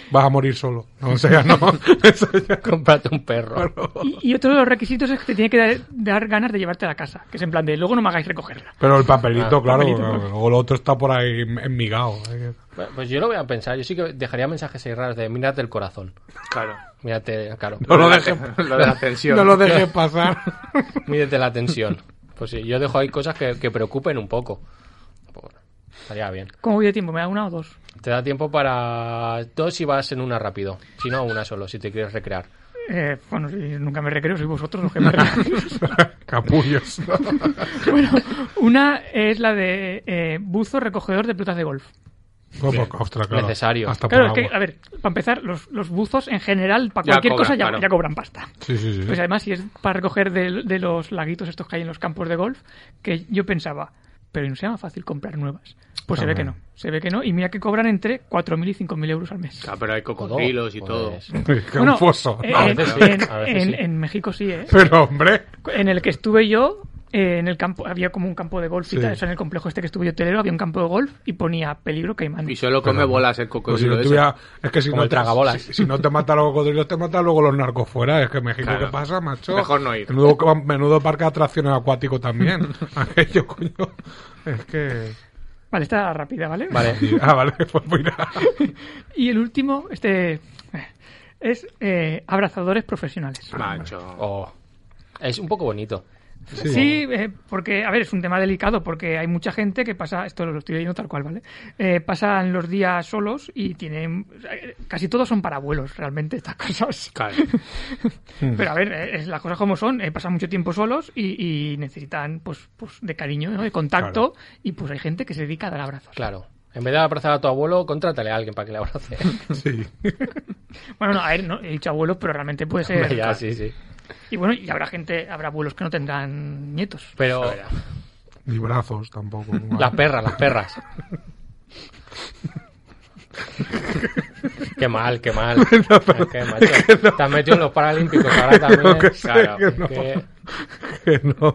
Vas a morir solo. No, o sea, no. Eso ya-
Cómprate un perro.
Y, y otro de los requisitos es que te tiene que dar, dar ganas de llevarte a la casa, que es en plan de luego no me hagáis recogerla.
Pero el papelito,
Ah,
claro.
papelito,
claro, Luego el otro está por ahí enmigado. ¿eh?
Bueno, Pues yo lo voy a pensar. Yo sí que dejaría mensajes ahí raros de mírate el corazón.
claro.
Mírate, claro.
No lo dejes
Lo de la tensión.
no lo dejes pasar.
Mídete la tensión. Pues sí, yo dejo ahí cosas que, que preocupen un poco. Por- Estaría bien.
¿Cómo voy de tiempo? ¿Me da una o dos?
Te da tiempo para dos si vas en una rápido. Si no, una solo, si te quieres recrear.
Eh, bueno, si nunca me recreo, sois vosotros los que me recreáis.
(laughs) Capullos. Pues,
bueno, una es la de eh, buzo recogedor de pelotas de golf.
Como, pues, ostras, claro.
Necesario.
Hasta
Claro, es
por
que,
agua.
a ver, para empezar, los, los buzos en general, para
Ya
cualquier
cobran,
cosa, ya,
claro.
ya cobran pasta.
Sí, sí, sí.
Pues además, si es para recoger de, de los laguitos estos que hay en los campos de golf, que yo pensaba, pero no sea más fácil comprar nuevas. Pues se ve que no,
También.
se ve que no. Y mira que cobran entre 4.000 y 5.000 euros al mes.
Claro, pero hay cocodrilos y todo.
Pues,
(laughs) Que un
Bueno,
foso.
eh,
A
en,
veces sí,
en-
a veces
en-
sí.
en México sí, ¿eh?
Pero, hombre.
En el que estuve yo, eh, en el campo, había como un campo de golf y
Sí.
tal, o sea, en el complejo este que estuve yo hotelero, había un campo de golf y ponía peligro caimán.
Y solo come
Pero-
bolas el
Pero Pues si
cocodrilo.
no
ese.
tuviera- es que si
Como
no,
el
te,
tragabolas.
si, si no te mata los cocodrilos, te mata luego los narcos fuera. Es que en México,
Claro.
¿qué pasa, macho?
Mejor no ir.
Menudo, menudo parque de atracciones acuático
(laughs)
también. Aquello, coño. Es que.
Vale, está rápida, ¿vale?
Vale.
(laughs) Ah, vale, pues mira.
Y el último, este, eh, es eh, abrazadores profesionales.
Macho.
(laughs) Oh. Es un poco bonito.
Sí, eh, porque, a ver, es un tema delicado, porque hay mucha gente que pasa, esto lo estoy leyendo tal cual, ¿vale? Eh, pasan los días solos y tienen, eh, casi todos son para abuelos, realmente, estas (laughs) cosas.
Claro.
Pero a ver, eh, es las cosas como son, eh, pasan mucho tiempo solos y, y necesitan, pues, pues, de cariño, ¿no? de contacto, y pues hay gente que se dedica a dar abrazos.
Claro. En vez de abrazar a tu abuelo, contrátale a alguien para que
(laughs)
le abrace.
Sí.
Bueno, no, a ver, no he dicho abuelos, pero realmente puede ser.
ya, sí, sí.
Y bueno, y habrá gente, habrá abuelos que no tendrán nietos.
Pero
Ni brazos tampoco.
las perras, las perras. qué mal, qué mal. Es que,
(laughs)
macho, Te has metido en los paralímpicos ahora también.
que sé (laughs)
claro,
que no.
es que-
Que no.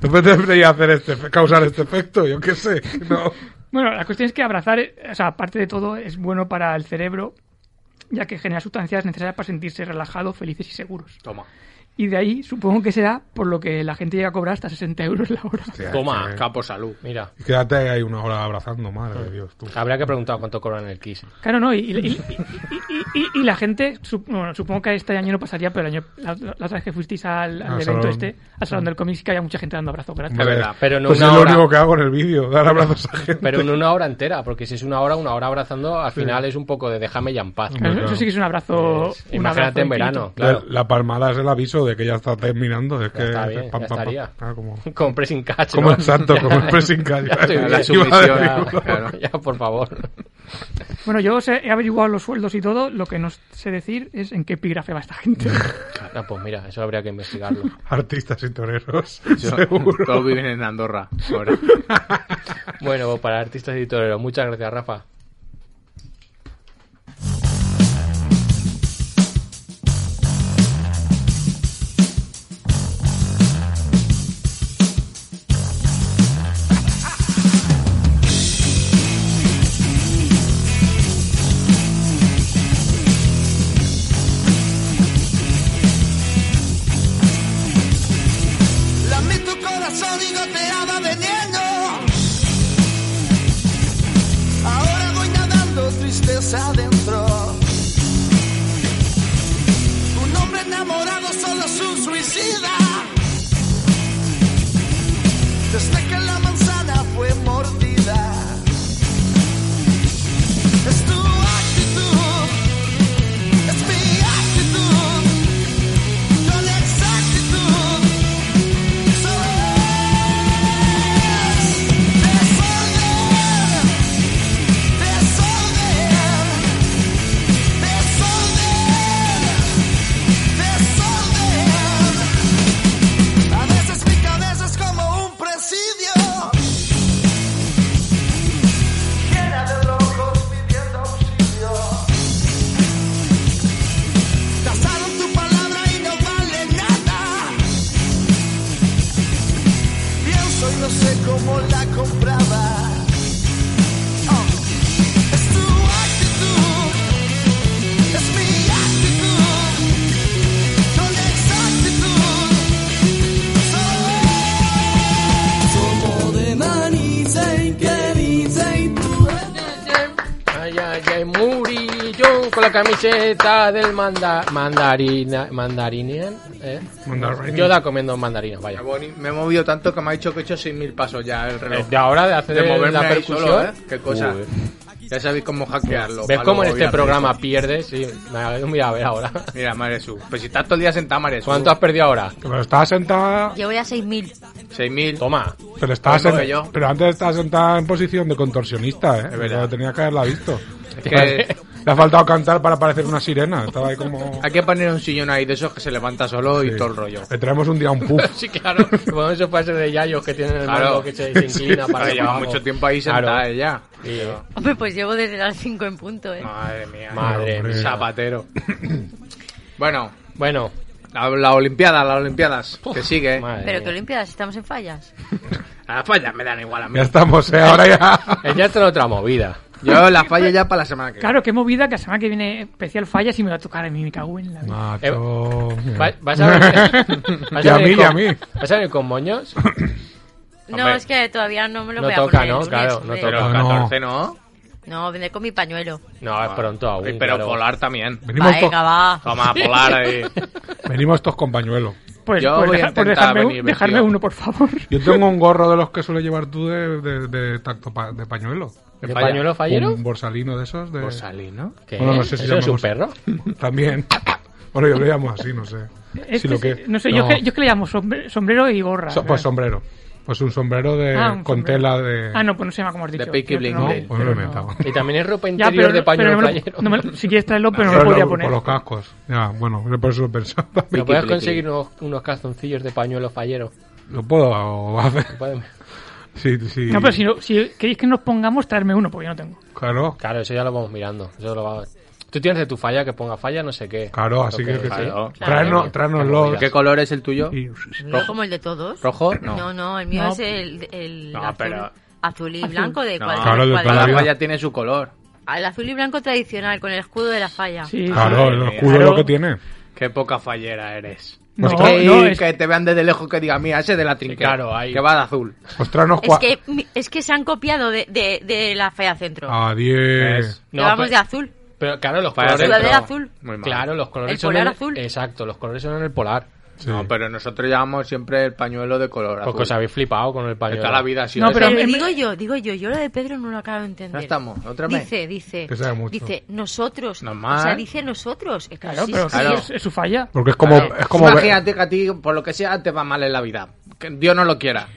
¿Tú pretendías hacer este, causar este efecto? Yo qué sé. No.
Bueno, la cuestión es que abrazar, eh, o sea, aparte de todo, es bueno para el cerebro, ya que genera sustancias necesarias para sentirse relajados, felices y seguros.
Toma.
Y de ahí supongo que será por lo que la gente llega a cobrar hasta 60 euros la hora.
Hostia,
Toma,
que-
Capo salud.
Mira,
y Quédate ahí una hora abrazando, madre de Dios. Tú.
habría que preguntar cuánto cobran el Kiss.
Claro, no, y, y- y- y- y- y la gente, su- bueno, supongo que este año no pasaría, pero el año, la, la otra vez que fuisteis al, al
Al
evento
salón.
este, al salón del cómic, sí que había mucha gente dando abrazos gratis.
Hombre,
verdad, pero no
pues
una
es lo
hora.
único que hago en el vídeo, dar abrazos a gente.
Pero en una hora entera, porque si es una hora, una hora abrazando, al final es un poco de déjame ya en paz. Eh,
Claro,
Claro.
Eso sí que es un abrazo.
Es-
un abrazo
imagínate en
infinito.
verano,
La,
claro. (laughs)
la palmada es el aviso de que ya está terminando. Es que
está bien, ya estaría.
Ah, como,
Con pressing catch.
como
¿no?
exacto,
Ya-
como el pressing catch.
(laughs) Ya estoy
(laughs)
bien.
Iba a
La
decir
sumisión,
una- (laughs)
ya. Claro.
Ya, por favor. (laughs)
Bueno, yo os he he averiguado los sueldos y todo, lo que no sé decir es en qué epígrafe va esta gente.
Ah, pues mira, eso habría que investigarlo.
Artistas y toreros,
(laughs) Yo-
seguro.
Todos viven en Andorra ahora.
Bueno, para artistas y toreros, muchas gracias, Rafa.
Lame tu corazón y goteada de hielo. Ahora voy nadando tristeza adentro. Un hombre enamorado solo es un suicida. Desde que la manzana fue mordida. Es tu actitud. Es mi actitud. Con exactitud. Desorden, desorden, desorden, desorden. A veces mi cabeza es como un presidio llena de locos pidiendo auxilio. Tazaron tu palabra y no vale nada. Pienso y no sé cómo la compraba. Oh. Es tu actitud, es mi actitud, con exactitud. Somos de Maniza y que dice y tú
Ay, ay, ay, Murillo con la camiseta del manda, mandarina, mandarinian. ¿eh?
Mandarín.
Yo la comiendo mandarinas, vaya.
Me he movido tanto que me ha dicho que he hecho 6.000 pasos ya el
Eh,
reloj.
De ahora, de hacer
De moverme
la
ahí
percusión.
solo, ¿eh? Qué cosa.
Uy.
Ya sabéis cómo hackearlo.
¿Ves
Pablo
cómo en este
Gobierno.
programa pierdes? Sí, mira, a ver ahora. (laughs)
Mira, Maresu. Pues si estás todo el día sentado, Maresu.
¿Cuánto has perdido ahora?
Pero estaba sentada,
Yo voy a 6.000.
6.000.
Toma.
pero estaba
Pues no,
sen-
que yo.
pero antes estaba sentada en posición de contorsionista, ¿eh?
Es verdad.
Pero Tenía que haberla visto.
que-
Le ha faltado cantar para parecer una sirena. Estaba ahí
(laughs)
como.
Hay que poner un sillón ahí de esos que se levanta solo y
Sí.
todo el rollo.
Le traemos un día un puff.
(laughs) Sí, claro. Bueno, eso puede ser de Yayos que tienen el
Claro.
mando que se, se
(laughs)
inclina para
Ahora
que
lleva
vamos.
mucho tiempo ahí sentada eh,
Claro.
ella.
Sí.
Hombre, pues llevo desde las 5 en punto, ¿eh?
Madre mía.
Madre
Hombre.
mía.
Zapatero. bueno,
Bueno,
la, la Olimpiada, las Olimpiadas. que sigue.
madre
Pero que
mía.
Olimpiadas, estamos en fallas.
Las fallas me dan igual a mí.
Ya estamos, ¿eh? Ahora
(laughs)
ya.
Eh, Ya está en otra movida.
Yo las fallo ya para la semana que viene.
Claro, qué movida que la semana que viene especial fallas y me va a tocar a mí, me cago en la
Ah.
vida.
Macho.
Eh, Va- ¿Vas a
(laughs)
venir, vas
Y a
venir
mí, y a
con-
mí.
¿Vas a venir con moños?
No, es que todavía no me lo
No
voy a
toca,
poner el
¿no?
lunes,
Claro, no toca.
hombre.
Pero
No, no.
14 no.
No, vendré con mi pañuelo.
No, es pronto aún.
Ay, Ah, Pero
claro.
polar también.
Venimos, to-
Venga, va.
Toma, polar (laughs) ahí.
venimos todos con pañuelo.
Pues,
Yo
pues
voy a
deja- pues
intentar
dejarme, un-
venir
dejarme
vestido.
uno, por favor.
Yo tengo un gorro de los que suele llevar tú de, de, de tacto pa- de pañuelo.
¿De pañuelo fallero?
Un borsalino de esos. De...
¿no?
¿Qué?
Bueno, no sé si
¿Eso es un
llamamos-
perro?
(laughs) También. Bueno, yo lo llamo así, no sé.
Es
Si
que
lo que-
sí, no sé, Yo,
no.
que, yo que le llamo sombre- sombrero y gorra.
So- pues sombrero. Pues un sombrero de,
Ah, un
con
sombrero.
tela de.
Ah, no, pues no se llama como has dicho.
Peaky
Yo creo
No,
Blinders.
que
pues no lo he
pero
inventado.
Y también es ropa
(laughs) Ya,
interior
pero,
de pañuelo
pero no me lo-
fallero.
no me lo- si quieres traerlo, pero no
Pero
lo podía
lo-
poner.
Ah, Por los cascos. Ya, bueno, por eso he pensado.
¿No
Piqui,
puedes
piqui.
conseguir unos, unos calzoncillos de pañuelo fallero?
(laughs) Lo puedo hacer. (laughs)
Pueden-
Sí, sí.
No, pero
Ah.
si, no- si queréis que nos pongamos, traerme uno, porque yo no tengo.
Claro.
Claro, eso ya lo vamos mirando. Eso lo vamos... Tú tienes de tu falla que ponga falla, no sé qué.
Claro, así
Lo
que, que sí.
claro,
Tráenos-
qué
tráenoslo.
movida.
¿Qué color es el tuyo?
Y-
No como el de todos.
¿Rojo? No.
No, no, el mío
No.
es el, el
No,
azul,
pero-
azul y blanco de
No.
cual-
Claro, el de
cual-
Cada
toda la vida.
Pues falla tiene su color.
El azul y blanco tradicional, con el escudo de la falla.
Sí,
Claro, el escudo
Claro.
lo que tiene.
Qué poca fallera eres.
No,
Ostras,
que,
no, es-
que te vean desde lejos que diga, mira, ese es de la trinquera.
claro, ahí.
Que va de azul.
ostras, nos
Es
Pues cua-
que, mi- es que se han copiado de, de, de la falla centro.
Ah. Adiós.
Que
No,
vamos
pero-
de azul.
Pero claro, los
Falla
colores.
Sudadera
centro.
azul.
Muy mal.
Claro, los colores
El
son
polar
en-
azul.
Exacto, los colores son en el polar.
Sí.
No, pero nosotros llevamos siempre el pañuelo de color azul.
Porque os habéis flipado con el pañuelo.
Toda la vida ha sido
No,
eso.
pero-
Pero,
en-
digo yo, digo yo, yo lo de Pedro no lo acabo de entender.
Ya estamos, otra vez.
Dice, dice,
Que sabe mucho.
dice, nosotros.
Normal.
O sea, dice nosotros. Es que
Claro,
sí,
pero
sí,
Claro.
Es, es su falla.
Porque es como.
Claro.
Es como
Imagínate que a ti, por lo que sea, te va mal en la vida. Que Dios no lo quiera.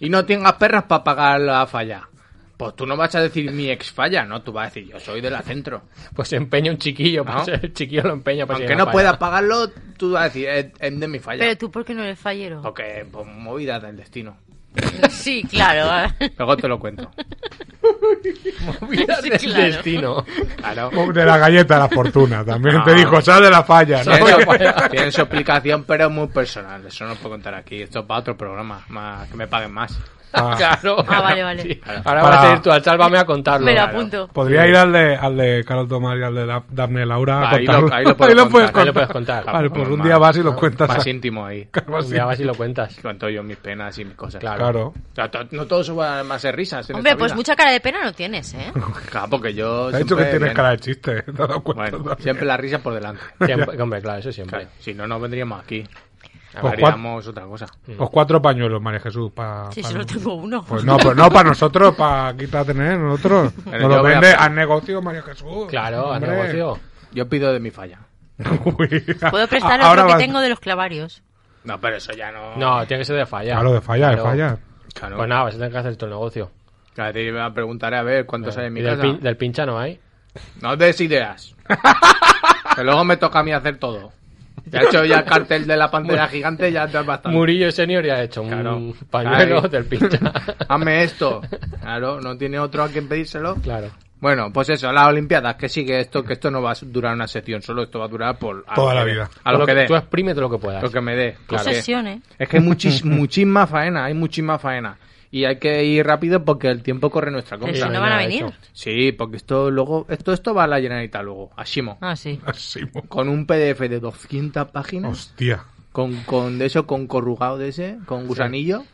Y no tengas perras para pagar la falla. Pues tú no vas a decir mi ex falla, ¿no? Tú vas a decir, yo soy de la centro.
Pues se empeña un chiquillo, pues (laughs)
No.
el chiquillo lo empeña para
Aunque no pueda pagarlo, tú vas a decir, es, es de mi falla.
Pero tú, ¿por qué no eres fallero?
Porque, pues, movidas del destino.
(laughs) Sí,
(laughs)
claro.
Luego te lo cuento.
Vida
Sí,
del
claro.
destino. Claro.
De la galleta a la fortuna. También
No.
te dijo, sal de la falla. ¿no?
Tiene
(laughs)
(laughs) su, tiene su explicación, pero es muy personal. Eso no os puedo contar aquí. Esto es para otro programa. Más, que me paguen más.
Ah,
Claro.
Ah, vale, vale.
Ahora
Para-
vas a ir tú al sálvame a contarlo.
Me lo
Claro.
apunto.
Podría ir al de, al de Carlos Tomás y al de la- Dafne Laura. a
Ahí lo-
contarlo. (laughs)
ahí lo puedes
puedes
contar, ahí lo
puedes contar.
Vale, pues un
Normal.
día vas y lo cuentas.
Más
a- (laughs)
íntimo ahí.
Algo así.
Ya vas y lo cuentas.
Cuento yo mis penas y mis cosas.
Claro.
Claro.
O sea, to- no todos van a ser risas. en
Hombre,
esta
pues
vida.
mucha cara de pena no tienes, ¿eh?
(laughs) Claro, porque yo.
Te ha dicho que
siempre
tienes
bien-
cara de chiste. (laughs) Te has dado cuenta.
Bueno,
también.
siempre la risa por delante.
Siempre- hombre, claro, eso siempre.
Claro, Si no, no vendríamos aquí.
Pues,
Hablaríamos otra cosa.
(laughs) Pues cuatro pañuelos, María Jesús. Pa,
Sí,
pa-
solo tengo uno.
Pues no, pues no, para nosotros, para quitar tener nosotros.
Pero
Nos
yo
lo
voy a-
vende al negocio, María Jesús.
Claro, a
Hombre.
negocio.
Yo pido de mi falla.
Uy,
(laughs)
Puedo prestar
ahora
otro que
vas-
tengo de los clavarios.
No, pero eso ya no.
No, tiene que ser de falla.
Claro, de falla, de
Claro.
falla.
Claro.
Pues nada, vas a tener que hacer tu negocio.
Cada día me preguntaré a ver cuántos hay en
Eh, Y
mi
del,
casa.
pin- del pincha no hay.
No des ideas. (laughs) que luego me toca a mí hacer todo. Ya he hecho ya el cartel de la pantalla gigante, ya te es bastante.
Murillo Senior ya ha hecho un
(laughs) Claro.
pañuelo
Ahí. (laughs)
del pincha.
Mm,
(laughs)
Hazme esto. Claro, no tiene otro a quien pedírselo.
claro.
Bueno, pues eso, las Olimpiadas, que sigue esto, que esto no va a durar una sesión, solo esto va a durar por a
Toda
lo
la
que dé,
vida.
A lo que dé,
Tú exprímete lo que puedas.
lo que me dé.
Claro.
porque-
Obsesión, ¿eh?
Es que hay muchis, (laughs) muchísima faena, hay muchísima faena. Y hay que ir rápido porque el tiempo corre en nuestra
Pero
contra.
si no
ya,
van a
ya,
venir.
hecho.
Sí, porque esto luego, esto, esto va a la Generalitat luego, a Shimo.
Ah, sí.
Así, mo-
Con un PDF de 200 páginas,
Hostia.
con, con de eso, con corrugado de ese, con gusanillo.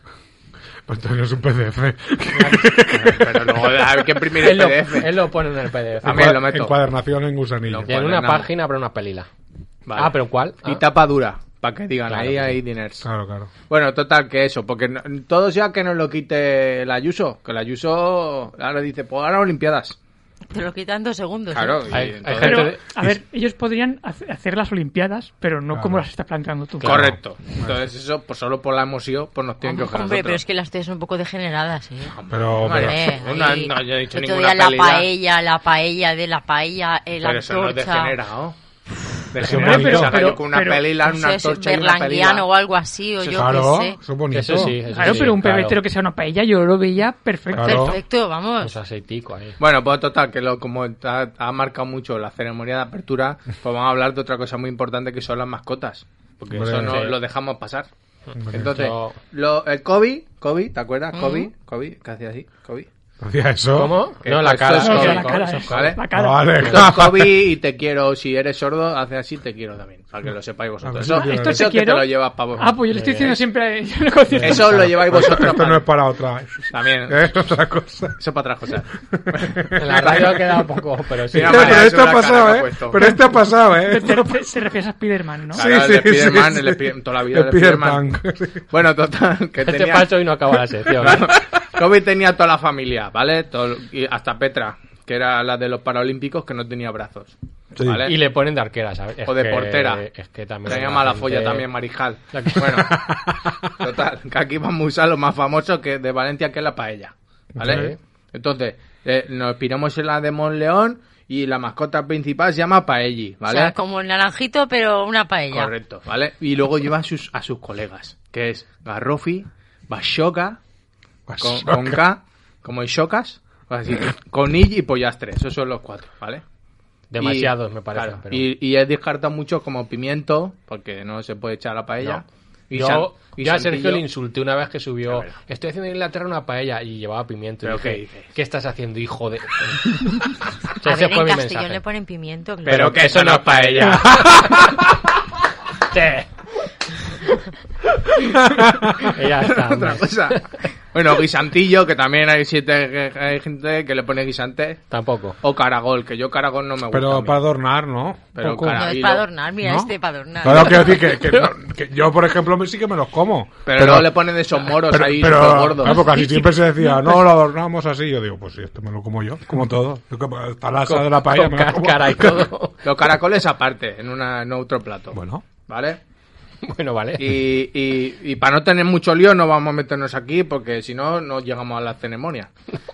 Pues esto no es un PDF.
Pero luego hay que
(laughs)
imprimir
Él
el
lo,
PDF.
él lo pone en el PDF.
A mí (laughs) me lo meto.
Encuadernación en
No.
gusanillo.
Y en
Vale,
una
nada.
página habrá una pelila.
Vale.
Ah, pero ¿cuál?
Y
Ah.
tapa dura, para que digan,
Claro,
ahí
claro.
hay diners.
Claro, claro.
Bueno, total, que eso, porque no- todo sea que nos lo quite el Ayuso, que el Ayuso ahora dice, pues ahora Olimpiadas.
Te lo quitan dos segundos. ¿eh?
Claro, y
Hay- hay
entonces-
gente-
Pero,
de-
a ver, ellos podrían hace- hacer las Olimpiadas, pero no
Claro.
como las estás planteando tú.
Correcto. Entonces eso, pues solo por la emoción, pues nos tienen que coger
Hombre, pero
nosotros.
es que las tres son un poco degeneradas, ¿eh?
Pero,
Vale.
pero-
Eh,
(laughs) No,
ahí.
no, yo no he dicho
Otro
ninguna
día la
pelea.
paella, la paella de la paella, eh, la
Pero eso no es
antorcha.
degenerado.
Hombre,
Degenerado,
pero-
que se haga
pero-
yo con una
pero-
pelila,
No
una
sé, es
antorcha y una
berlanguiano
pelila.
o algo así, o yo
claro,
qué sé.
son bonitos.
Eso sí, eso
Claro,
sí,
pero un
claro.
pebetero que sea una paella, yo lo veía perfecto.
Claro.
Perfecto,
Pues
vamos.
aceitico ahí.
Bueno, pues total, que lo, como ha, ha marcado mucho la ceremonia de
(laughs)
apertura, pues vamos a hablar de otra cosa muy importante que son las mascotas. Porque
Hombre,
eso no
sí.
lo dejamos pasar.
Hombre,
Entonces,
Yo-
lo, el Kobe, Kobe, ¿te acuerdas? Kobe, Kobe, que hacía así,
(laughs)
Kobe.
Hacía eso.
¿Cómo?
Que
No, la
esto
cara.
es
No,
Kobe,
que
Kobe,
la
Kobe,
cara,
eso
es-
es Kobe.
la
Ah,
cara.
Vale,
Esto es
(laughs)
Kobe y te quiero, si eres sordo, hace así, te quiero también, para que lo sepáis vosotros.
A
Eso,
ver, yo-
Ah, Esto
eso
te
que
quiero.
te lo llevas para vosotros.
Ah, pues yo le estoy diciendo siempre. Yo no concedo. (laughs)
Eso lo lleváis vosotros
Esto no es
para,
para
(laughs)
otra. ¿eh?
también.
Es otra cosa.
Eso para otras cosas.
En la radio ha quedado poco, pero sí.
Mira,
Pero,
María, es
esto ha
una cara que
pasado,
ha
¿eh?
puesto.
Pero esto ha pasado, ¿eh?
Te, te- te refieres a Spiderman, ¿no?
Claro,
Sí,
el de
sí,
Spiderman,
sí,
el de
sí.
Spider- toda la vida
El
el de Spiderman.
Spiderman. Sí.
Bueno, total, que
Este
tenía...
falso y no acaba la sección. ¿eh?
Claro. Kobe tenía toda la familia, ¿vale? Todo- y hasta Petra, que era la de los Paralímpicos, que no tenía brazos. (laughs) (laughs)
Sí.
¿vale?
Y le ponen de arquera, ¿sabes? Es
O de
que-
portera.
Es que también.
Tenía
la
mala
gente-
folla también, Marijal.
La que- (laughs)
Bueno, total, que aquí vamos a usar lo más famoso que de Valencia, que es la paella. ¿Vale?
Sí.
Entonces, eh, nos inspiramos en la de Monleón y la mascota principal se llama Paelli,
O
¿vale?
sea, como el naranjito, pero una paella.
Correcto, ¿vale? Y luego lleva a sus, a sus colegas, que es Garrofi, Bashoka, con, con K, como Ishocas, o así, con y Pollastre, esos son los cuatro, ¿vale?
Demasiados,
Y-
me parece.
claro,
pero-
y, y he descartado muchos como pimiento, porque no se puede echar a la paella.
No.
Y
yo,
san- y
yo a
santillo.
Sergio le insulté una vez que subió.
Claro.
Estoy haciendo en Inglaterra una paella y llevaba pimiento. Y
¿Pero
dije,
qué
qué,
dices?
estás haciendo, hijo
(laughs)
de.? O sea,
A
ese
ver,
fue
en
mi
Castellón
mensaje.
le ponen pimiento, claro.
Pero que eso no es paella. (laughs)
Y ya está.
Otra
hombre.
cosa. Bueno, guisantillo, que también hay, siete, hay gente que le pone guisante.
Tampoco.
O caragol, que yo caragol no me gusta. a
Pero
mí.
para adornar, ¿no?
Pero
Un poco.
cara-
No, es
y
para
lo-
adornar, mira
¿No?
este para adornar.
Claro, quiero decir que,
(laughs)
que no- que yo, por ejemplo, me- sí que me los como.
pero, luego le ponen esos moros
pero-
ahí,
pero- ah,
súper gordos.
claro, porque casi siempre se decía, no, lo adornamos así. Yo digo, pues sí, esto me lo como yo, como todo. Yo como- Hasta la asa de la paella
Con
me la como.
cáscara y todo.
(laughs) Los caracoles aparte, en, una, en otro plato.
(laughs) pues, Bueno,
¿Vale?
(laughs) bueno, vale.
Y, y, para no tener mucho lío no vamos a meternos aquí porque si no, no llegamos a la ceremonia.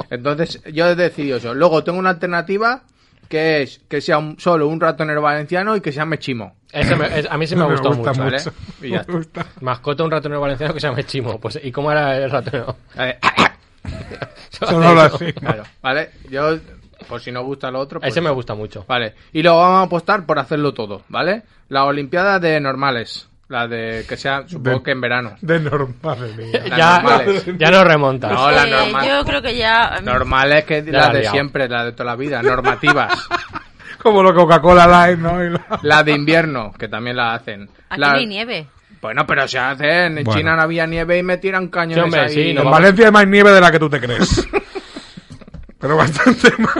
Entonces yo he decidido eso. Luego tengo una alternativa que es que sea un- solo un ratonero valenciano y que se llame Chimo.
Ese me- es- a mí sí me,
me
gustó
gusta
mucho.
¿vale?
mucho.
Y ya está.
Me gusta.
Mascota un ratonero valenciano que se llama Chimo. Pues, ¿Y cómo era el ratonero?
Eh, (coughs)
Solo habla así. ¿no?
claro, ¿vale? Yo, por si no gusta lo otro... pues-
Ese me gusta mucho.
Vale, y luego vamos a apostar por hacerlo todo, ¿vale? La Olimpiada de normales, la de que sea, supongo
De-
que en verano.
De normal,
(laughs)
mía.
Las
Ya,
normales.
ya no remontas.
No, la
Eh,
normal.
Yo creo que ya... mm,
Normales que
Ya la
la
has
de
liado.
siempre, la de toda la vida, normativas.
Como lo Coca-Cola Light, ¿no? Y la-
La de invierno, que también la hacen.
Aquí
La-
no hay nieve.
Bueno, pero se hacen. En
Bueno.
China no había nieve y me tiran cañones
Sí, hombre,
ahí.
sí,
En
no vamos-
Valencia hay más nieve de la que tú te crees. Pero bastante más.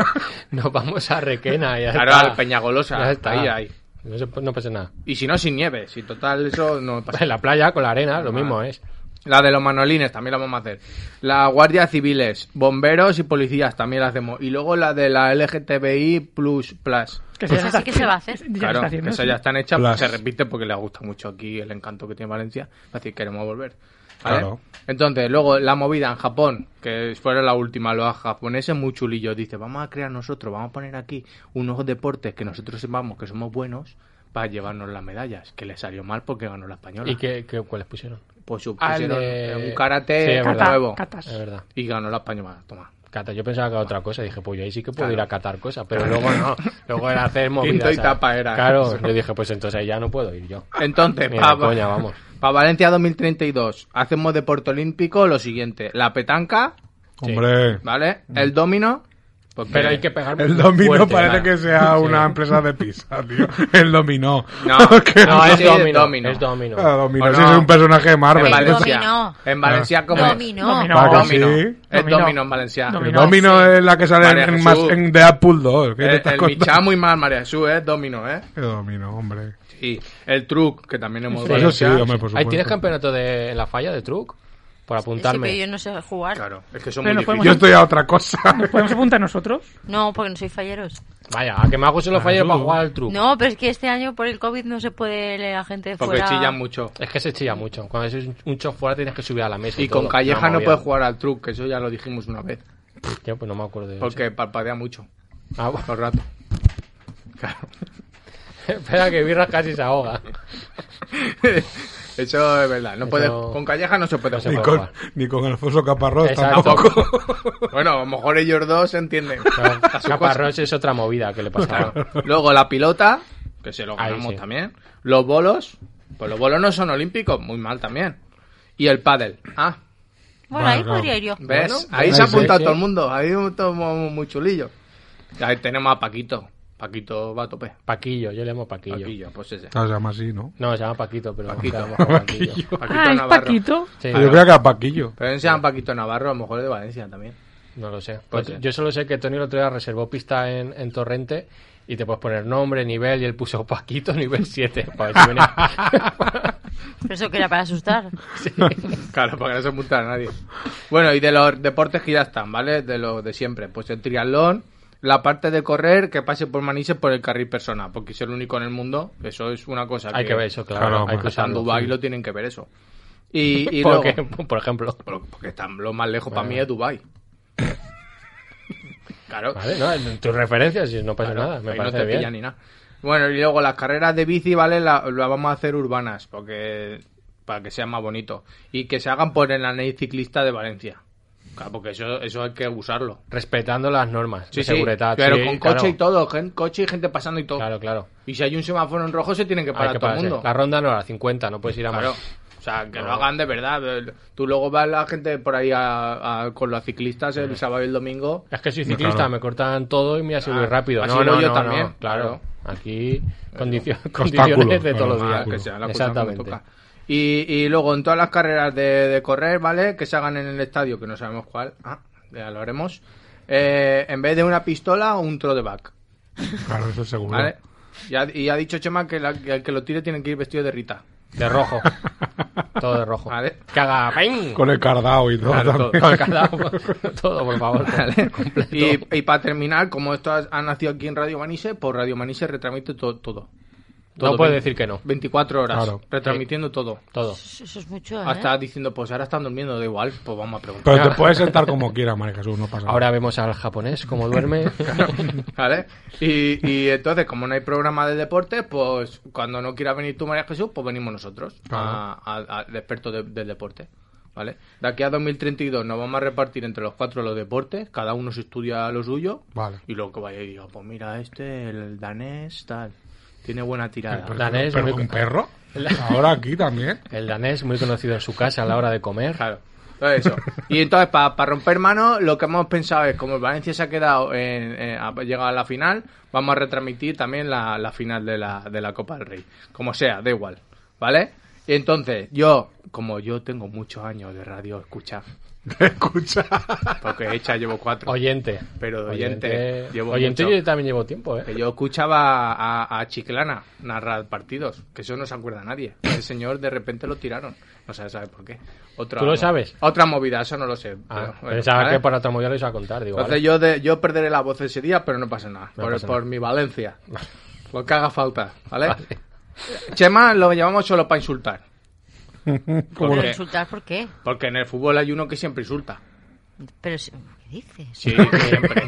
Nos vamos a Requena. Ya
Claro,
está.
al Peñagolosa.
Ya está.
Ahí, ahí.
No, se- no pasa nada. Pues
Y si no, sin nieve. Si total, eso no pasa
En la playa, con la arena,
Ah,
lo mismo es.
La de los manolines también la vamos a hacer. La guardia civiles, bomberos y policías también la hacemos. Y luego la de la LGTBI plus plus.
Que
Pues así que se va a hacer.
Ya se
claro,
está haciendo,
esas
sí.
ya están hechas,
Plus.
se repite porque le gusta mucho aquí el encanto que tiene Valencia. Así que queremos volver. ¿vale?
Claro.
Entonces, luego la movida en Japón, que fuera la última, los japoneses muy chulillos. Dice, vamos a crear nosotros, vamos a poner aquí unos deportes que nosotros sepamos que somos buenos para llevarnos las medallas. Que le salió mal porque ganó la española.
¿Y qué, qué- cuáles pusieron?
Pues
Ah,
supusieron
el de-
un karate
Sí, es verdad.
nuevo.
Kata.
Es verdad.
Y ganó la española. Toma.
Cata, yo pensaba que era otra cosa. Dije, pues yo ahí sí que puedo
Claro.
ir a catar cosas. Pero luego no.
(laughs)
Luego era hacer movidas.
Tinto y
¿sabes?
tapa era.
Claro, yo dije, pues entonces ahí ya no puedo ir yo.
Entonces,
Ni de
para
coña, vamos.
Valencia 2032, hacemos deporte olímpico lo siguiente: la petanca,
Hombre,
¿vale? El domino. porque-
Pero hay que pegar
el dominó
fuerte,
parece
claro.
que sea
(laughs) Sí.
una empresa de pizza, tío. El dominó.
(laughs)
(laughs)
No,
Que-
(laughs) No, es
Sí,
dominó,
domino.
Es dominó.
Ah, dominó.
¿O
Sí,
no?
es un personaje de Marvel.
En
Vale.
Valencia.
dominó.
En Valencia, como.
Dominó.
Dominó.
¿Para que
Ah. Domino.
sí?
Es
Dominó.
domino en Valencia.
El
Dominó.
dominó es la que sale
María
en,
Jesús.
más, en Deadpool 2. ¿Qué te
Eh, El,
estás
el
contando?
Michá muy mal, María Jesús, es domino, ¿eh?
El dominó, hombre.
Sí. El truc, que también hemos
Sí.
Eso sí,
Valencia.
hombre, por
Ahí
supuesto.
tienes campeonato de en la falla de truc. Por apuntarme.
Sí, pero yo no sé jugar.
Claro, es que son
Pero
muy
nos podemos-
Yo
difíciles.
estoy a otra cosa.
Pues ¿Podemos apuntar nosotros?
No, porque no soy falleros.
Vaya, a que me hago solo fallos para jugar al truc.
No, pero es que este año por el COVID no se puede leer a gente de
Porque
fuera.
chillan mucho.
Es que se chilla mucho. Cuando es un- un chof fuera tienes que subir a la mesa.
Y con
todo.
Calleja
Una
no
movida.
puedes jugar al truc, que eso ya lo dijimos una vez.
Yo pues no me acuerdo de eso.
Porque parpadea mucho.
Ah, (laughs) bueno.
Todo el rato. (laughs) Claro.
Espera, que Birra casi
(laughs)
se ahoga.
Eso es verdad. No
Eso-
puede, con Calleja no se puede
No se
Ni
jugar.
puede.
con, ni con Alfonso Caparrós
Exacto.
tampoco.
(laughs) Bueno, a lo mejor ellos dos se entienden. A su cosa.
Caparrós es otra movida que le pasaba.
Luego la pilota, que se lo
Ahí
ganamos
sí.
también. Los bolos, pues los bolos no son olímpicos, muy mal también. Y el pádel. Ah,
Bueno, ahí
Vale, claro.
podría ir yo.
¿ves?
Bueno,
ahí
bueno,
se ha
sí,
apuntado
sí.
todo el mundo. Ahí estamos muy chulillos. Ahí tenemos a Paquito. Paquito va a tope.
Paquillo, yo le llamo Paquillo.
Paquillo, pues ese.
Ah, Se llama así, ¿no?
No, se llama Paquito, pero
Paquito.
quedamos
(laughs)
con Paquillo.
Paquito
Ah, es
Navarro.
Paquito.
Sí,
Yo creo que a Paquillo.
Pero ese se llama Paquito Navarro, a lo mejor de Valencia también.
no lo sé.
Pues
Pues
sí.
yo solo sé que Tony el otro día reservó pista en, en Torrente y te puedes poner nombre, nivel, y él puso (laughs) Paquito, nivel 7. Para ver si (laughs) viene.
Pero eso que era para asustar.
Claro, para que no se apuntara nadie. Bueno, y de los deportes que ya están, ¿vale? De los de siempre. Pues el triatlón, la parte de correr, que pase por Manises por el carril persona, porque es el único en el mundo. Eso es una cosa
Hay que ver eso, claro.
Claro,
hay
pues,
que
Está en
usarlo.
Dubái lo tienen que ver eso. Y, y luego-
Porque, (laughs) por ejemplo.
Pero- Porque están lo más lejos para
Bueno.
mí es
(laughs)
Dubai Claro.
Vale, no, en tus referencias, si no pasa
Claro,
Pues nada, me
ahí
parece
no te
bien.
pillan ni nada. Bueno, y luego las carreras de bici, ¿vale? La- Las vamos a hacer urbanas, porque para que sea más bonito. Y que se hagan por el anel ciclista de Valencia. Claro, porque eso, eso hay que usarlo.
Respetando las normas de seguridad.
pero
sí,
con coche
claro.
y todo, gen- coche y gente pasando y todo.
Claro, claro.
Y si hay un semáforo en rojo, se tienen que
Hay
parar
que
todo el
pararse.
mundo.
La ronda no, la 50, no puedes ir a
Claro.
más.
O sea, que
No.
lo hagan de verdad. Tú luego vas la gente por ahí a- a- con los ciclistas
Mm.
el sábado y el domingo.
Es que soy
No,
ciclista,
claro.
me cortan todo y me así
Ah,
muy rápido.
así
no, no,
voy yo
no,
también, Eh,
no, claro. Aquí condicio-
Obstáculo,
condiciones de todos
claro.
los
Ah,
días.
Obstáculo.
que sea la cosa que me
Exactamente.
toca. Y, y luego en todas las carreras de, de correr, ¿vale? Que se hagan en el estadio, que no sabemos cuál, ah, ya lo haremos. Eh, en vez de una pistola, un throwback,
Claro, eso es seguro.
¿vale? Y ha, y ha dicho Chema que, la- que el que lo tire tiene que ir vestido de
(laughs)
Rita.
De rojo. todo de rojo.
Vale.
Que haga ¡ping!
Con el cardao y todo.
Claro,
también.
todo.
Con cada uno. (laughs) todo, por favor.
¿vale? Y, y para terminar, como esto ha, ha nacido aquí en Radio Manise, por Radio Manise retramite to- todo.
No
Todo
puede
bien.
decir que no.
24 horas,
Claro.
retransmitiendo todo.
Todo.
Eso eso es mucho, ¿eh?
Hasta diciendo, pues ahora están durmiendo, da igual, pues vamos a preguntar.
Pero te puedes sentar como quieras, María Jesús, no pasa nada.
Ahora vemos al japonés cómo duerme.
(laughs) ¿Vale? Y, y entonces, como no hay programa de deporte, pues cuando no quiera venir tú, María Jesús, pues venimos nosotros, a- a- al experto de- del deporte. ¿Vale? De aquí a 2032 nos vamos a repartir entre los cuatro los deportes, cada uno se estudia lo suyo,
Vale.
y luego que vaya y diga, pues mira, este, el danés, tal, tiene buena tirada.
Pero-
Danés,
pero
muy-
un perro. Ahora aquí también. (laughs)
El danés muy conocido en su casa a la hora de comer.
Claro. Todo eso. Y entonces, para romper manos, lo que hemos pensado es, como el Valencia se ha quedado en, en- ha llegado a la final, vamos a retransmitir también la, la final de la, de la Copa del Rey. Como sea, da igual. ¿Vale? Y entonces, yo, como yo tengo muchos años de radio escucha,
Escucha.
porque hecha llevo cuatro.
Oyente.
Pero de oyente, llevo
oyente
mucho.
yo también llevo tiempo,
que
¿eh?
yo escuchaba a, a Chiclana narrar partidos, que eso no se acuerda nadie. Ese señor de repente lo tiraron. No se sabe por qué. Otra,
¿Tú lo sabes?
Otra movida, eso no lo sé.
Ah,
pero, bueno,
pensaba
¿vale?
que para otra movida lo iba a contar. Digo,
Entonces
vale.
yo, de- yo perderé la voz ese día, pero no pasa nada.
No
por,
pasa
por
nada.
mi Valencia. Lo que haga falta, ¿vale? Chema lo llamamos solo para insultar.
¿Pero
Porque,
insultar por qué?
porque en el fútbol hay uno que siempre insulta.
Pero, si- ¿qué dices?
(laughs) Sí,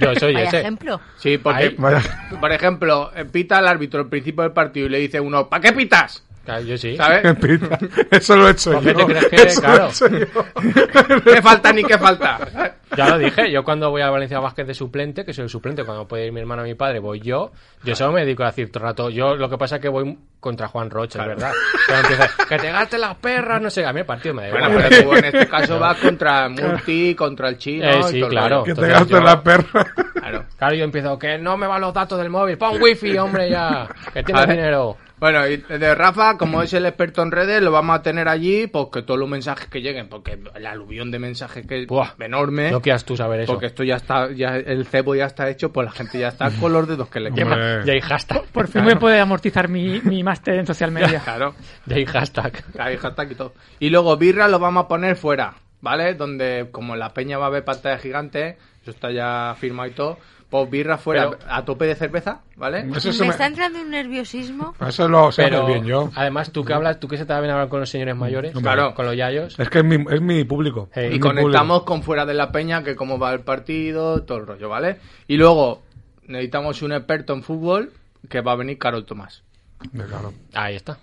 Yo soy
Vaya
ese.
ejemplo.
Sí, porque,
Ahí,
vaya.
por ejemplo, eh, pita al árbitro al principio del partido y le dice uno, ¿para qué pitas?
Claro, Yo sí. (laughs)
¿Sabes?
Pita. Eso lo he hecho
¿Por qué
yo.
te crees que-
Eso
claro.
lo he hecho yo.
¿Qué falta ni qué
(laughs)
falta?
Ya lo dije, yo cuando voy a Valencia Vázquez de suplente, que soy el suplente, cuando puede ir mi hermano o mi padre, voy yo. Yo solo me dedico a decir todo el rato. Yo lo que pasa es que voy contra Juan Roche, es ¿verdad? Cuando empieza, que te gastes las perras, no sé, a mí el partido me da
Bueno,
igual.
pero
(laughs)
tú en este caso vas contra el multi, contra el chino.
Eh,
y
sí,
todo el
claro.
rollo.
Que te
Entonces
gastes
yo-
la perra.
Claro.
Claro, yo empiezo, que no me van los datos del móvil, pon wifi, hombre, ya, que tienes
Vale.
dinero.
Bueno, y de Rafa, como es el experto en redes, lo vamos a tener allí, pues que todos los mensajes que lleguen, porque el aluvión de mensajes que es
Buah,
enorme,
No quieras tú saber eso.
¿Eh? porque esto ya está, ya el cebo ya está hecho, pues la gente ya está con los dedos
(laughs)
que le
Hombre.
queman.
Ya hay hashtag.
Por fin me puede amortizar mi, mi máster en
(laughs)
social media.
Claro,
Ya hay hashtag.
ahí hashtag y todo. Y luego birra lo vamos a poner fuera, ¿vale? Donde como la peña va a ver pantalla gigante, eso está ya firmado y todo, pues birra fuera
Pero-
a tope de cerveza, ¿vale?
Eso, se
me
me-
está entrando un nerviosismo.
eso lo sé
Pero
hacer bien yo.
además, tú que hablas, tú que se te da bien hablar con los señores mayores,
Hombre.
Claro.
con los yayos.
Es que es mi, es mi público.
Hey.
Es
Y
mi
conectamos con fuera de la peña, que cómo va el partido, todo el rollo, ¿vale? Y luego necesitamos un experto en fútbol que va a venir Carol Tomás,
público. Claro.
Ahí está.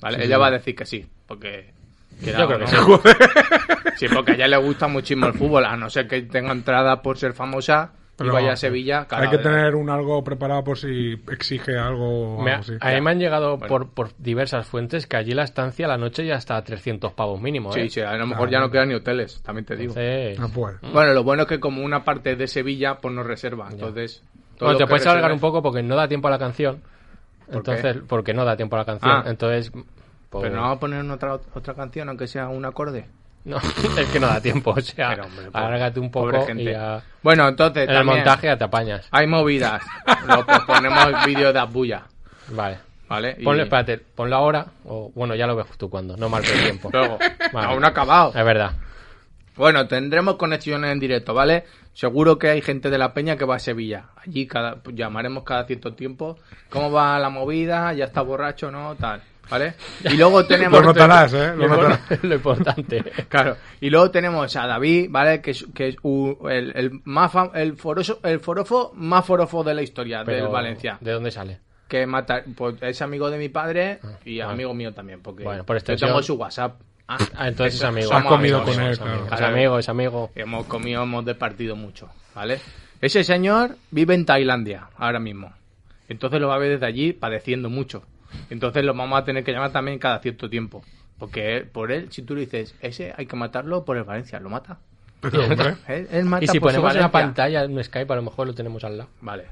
¿vale? Ella va a decir que sí, porque... que
Yo creo que sí.
Sí, porque a ella le gusta muchísimo el fútbol, a no ser que tenga entrada por ser famosa
Pero
y vaya a
no,
Sevilla. claro,
Hay que tener un algo preparado por si exige algo. o
Me-
algo así.
a mí me han llegado por, por diversas fuentes que allí la estancia a la noche ya está a 300 pavos mínimo. ¿eh?
Sí, sí, a lo mejor ya no quedan ni hoteles, también te digo.
Entonces-
Ah, pues.
Bueno, lo bueno es que como una parte de Sevilla, pues no reserva, entonces... todo
Bueno,
lo
te
que
puedes
reserves-
alargar un poco porque no da tiempo a la canción.
qué?
Entonces, porque no da tiempo a la canción.
Ah.
Entonces, pues,
Pero no vamos a poner otra, otra canción, aunque sea un acorde.
(laughs) no, es que no da tiempo. O sea,
Pero, hombre, pobre-
alárgate un poco
pobre gente.
y ya-
Bueno, entonces
En el
también
montaje ya te apañas.
hay movidas. Lo pues, ponemos vídeo de Abuya,
Vale.
¿vale? Y
Ponle, espérate, ponlo ahora o bueno, ya lo ves tú cuando, no mal el tiempo.
(laughs) Luego,
(laughs) Vale. Eh.
aún no ha acabado.
Es verdad.
Bueno, tendremos conexiones en directo, ¿vale? Seguro que hay gente de la peña que va a Sevilla. Allí cada, llamaremos cada cierto tiempo. ¿Cómo va la movida? ¿Ya está borracho no? Tal,
(laughs)
¿vale? Y luego tenemos...
Pues
Lo notarás, ¿eh? Lo
Lo,
notarás.
(laughs) lo importante.
Claro. Y luego tenemos a David, ¿vale? Que es, que es u- el, el más fam- el, foroso, el forofo más forofo de la historia del
Pero,
Valencia.
¿De dónde sale?
que mata, pues es amigo de mi padre y
Ah, vale.
amigo mío también, porque
Bueno, por
yo
extensión.
tengo su WhatsApp. Ah,
Ah, entonces es
eso,
amigo.
somos
Has comido
amigos,
con él,
somos
claro.
amigos. Eh,
Es amigo, es amigo.
Hemos comido, hemos departido mucho, ¿vale? Ese señor vive en Tailandia ahora mismo. Entonces lo va a ver desde allí padeciendo mucho. Entonces lo vamos a tener que llamar también cada cierto tiempo. Porque por él, si tú le dices, ese hay que matarlo por el Valencia, lo mata.
Pero, hombre,
Él, él mata
Y si
por su
ponemos la
Valencia.
pantalla en Skype, a lo mejor lo tenemos al lado.
Vale,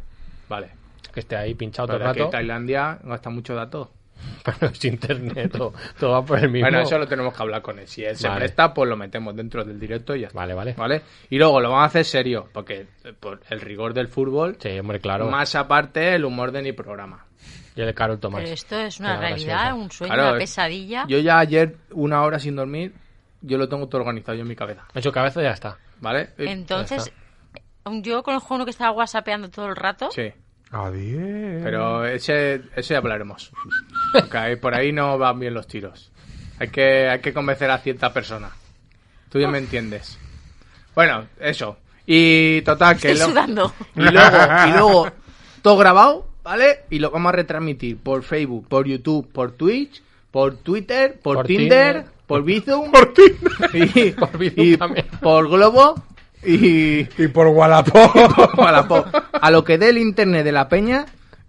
vale.
Que esté ahí pinchado todo el
Pero aquí
rato.
Tailandia gasta mucho datos.
(laughs) Pero es internet, todo, todo va por el mismo.
Bueno, eso lo tenemos que hablar con él. Si él se
Vale.
presta, pues lo metemos dentro del directo y ya está.
Vale, vale.
¿Vale? Y luego lo vamos a hacer serio, porque eh, por el rigor del fútbol,
Sí, hombre, claro.
más aparte el humor de mi programa.
Y el Carol Tomás.
Pero esto es una
Qué
realidad,
gracioso.
un sueño,
Claro,
una
eh.
pesadilla.
Yo ya ayer, una hora sin dormir, yo lo tengo todo organizado yo en mi cabeza,
En su cabeza ya está.
¿vale? Eh,
Entonces, eh,
Ya
yo conozco uno que estaba whatsappeando todo el rato. (laughs)
Sí,
adiós.
pero ese, ese
(laughs)
hablaremos. Porque ahí- por ahí no van bien los tiros. Hay que, hay que convencer a cierta persona. Tú ya me entiendes. Bueno, eso. Y total,
(laughs)
que
Estoy
lo-
sudando.
Y luego,
(laughs)
y luego, todo grabado, ¿vale? Y lo vamos a retransmitir por Facebook, por YouTube, por Twitch, por Twitter, por,
Por
Tinder,
Tinder.
por Bizum. Por (laughs) Y,
(laughs) Por Bizum
y
también.
por Globo y (laughs)
Y por
(laughs)
Wallapop.
por Wallapop. A lo que dé el internet de la peña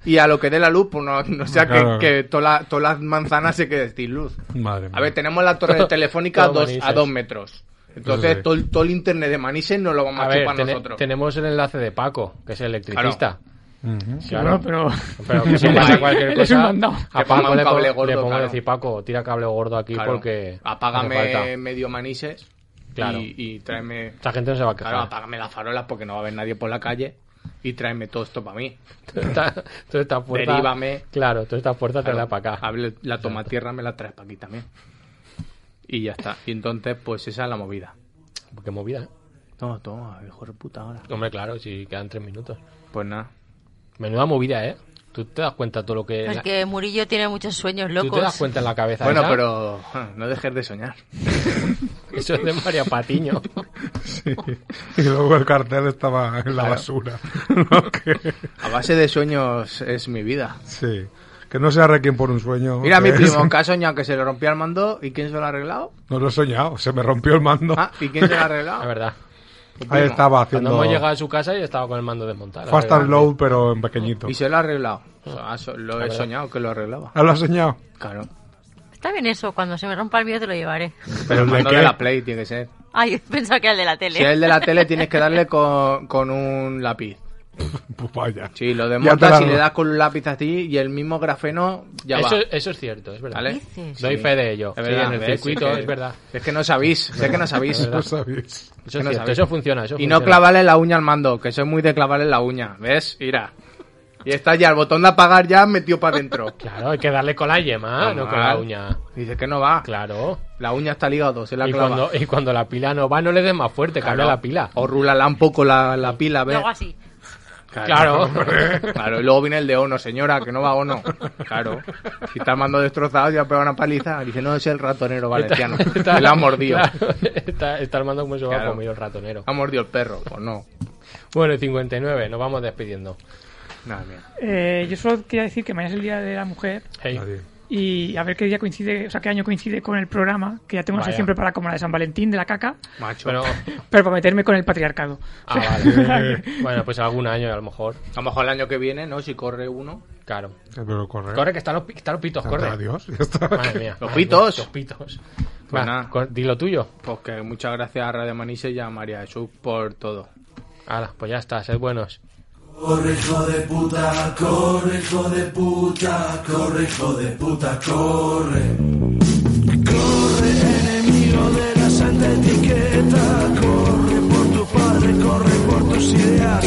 y a lo que dé la luz, pues no, no sea que-
Claro.
que, todas las- todas las manzanas se queden sin luz.
Madre mía.
A ver, tenemos la
(laughs)
torre telefónica a
Todo
dos, a
Manises.
dos metros. Entonces,
Eso sí.
todo, el- todo el internet de Manises no lo vamos
A
a,
ver,
chupar
tene-
nosotros.
tenemos el enlace de Paco, que es el electricista.
Ujú.
Sí,
Claro.
bueno, pero...
Pero que si
(laughs)
pasa cualquier
Eres un
cosa,
mandado.
a
Que ponga
Paco
un cable
le, cable
gordo,
le pongo a
claro.
decir, Paco, tira cable gordo aquí
Claro.
porque hace
apágame
falta".
medio manises
Claro.
y, y tráeme
Esta gente no se va a quejar.
claro, apágame las farolas porque no va a haber nadie por la calle y tráeme todo esto para mí
Toda esta- toda esta puerta...
Derívame.
Claro, toda esta puerta te la para acá.
A ver, la tomatierra me la traes para aquí también y ya está y entonces pues esa es la movida
Qué movida, ¿eh?
toma toma hijo de puta ahora
Hombre, claro, si quedan tres minutos.
pues nada
Menuda movida, ¿eh? Tú te das cuenta todo lo que...
Es Pues que Murillo tiene muchos sueños
Tú te das
locos.
cuenta en la cabeza.
bueno
esa?
pero ja, no dejes de soñar
Eso es de María Patiño. (laughs)
Y luego el cartel estaba en la basura. (laughs) Lo que-
a base de sueños es mi vida
sí. Que no sea requiem por un sueño.
mira mi
que es-
(laughs)
(laughs)
primo que ha soñado que se le rompía el mando y quién se lo ha arreglado
No lo he soñado. Se me rompió el mando.
ah, y quién se lo ha
(laughs) La
arreglado
verdad.
Ahí estaba haciendo
Cuando hemos llegado a su casa y estaba con el mando desmontado. la
fast
verdad.
and load, pero en pequeñito.
y se lo ha arreglado O sea, so- lo he
Oh. verdad.
soñado que lo arreglaba
Ah, lo has soñado?
claro
Está bien eso, cuando se me rompa el mío te lo llevaré. (laughs)
Pero
Pero
¿de
el mando
qué?
de la Play tiene que ser.
Ay, pensaba que era el de la tele.
Si es el de la tele, tienes que darle con, con un lápiz.
Pues vaya.
Sí, lo
Ya
desmontas
te
y
la-
le das con un lápiz a ti y el mismo grafeno ya
eso,
va.
eso es cierto, es verdad.
¿Vale?
Dices.
Doy
Sí.
fe de ello.
Es
Sí,
verdad,
en el
¿ves?
circuito,
Es que-
es verdad.
Es que no sabéis, sé que no
(laughs)
sabéis.
(laughs) No sabéis.
Eso
Que
es
no
cierto,
sabéis.
eso funciona. Eso
Y no
funciona.
clavarle la uña al mando, que soy muy de clavarle la uña. ¿Ves? Mira. Y está ya, el botón de apagar ya metido para adentro.
Claro, hay que darle con la yema, Ah, no con la uña.
Dice que no va.
Claro.
La uña está al hígado, se la
Y
clava.
cuando, y cuando la pila no va, no le des más fuerte, cambia
Claro.
la pila.
O rúlala un poco la, la pila, ¿ves?
Luego así.
Claro.
Claro, y luego viene el de Ono, señora, que no va Ono. Claro. Si está el mando destrozado, ya pega una paliza. Dice, no, es el ratonero valenciano.
(laughs) Está-
Le ha mordido.
claro, está, está armando como se va
Claro.
comido el ratonero.
Ha mordido el perro. Pues no.
Bueno, el 59, nos vamos despidiendo.
Nada, mira.
Eh, yo solo quería decir que mañana es el Día de la Mujer
Hey.
Nadie.
y a ver qué día coincide, o sea, qué año coincide con el programa, que ya tengo una
Vaya.
sección preparada como la de San Valentín, de la caca,
Macho.
Pero-
pero para meterme con el patriarcado.
ah, vale. bueno, pues algún año a lo mejor.
a lo mejor el año que viene, ¿no? Si corre uno.
Claro.
Pero corre.
Corre, que están los, pi- están los pitos, corre.
Adiós. Ya está.
Madre mía.
Los
madre
pitos.
mía, Los pitos.
Pues
Va,
nada.
cor- di lo tuyo.
Pues que muchas gracias a Radio Manises y a María Jesús por todo.
Hala, pues ya está, sed buenos.
Corre hijo de puta, corre hijo de puta, corre hijo de puta, corre. Corre enemigo de la santa etiqueta, corre por tu padre, corre por tus ideas,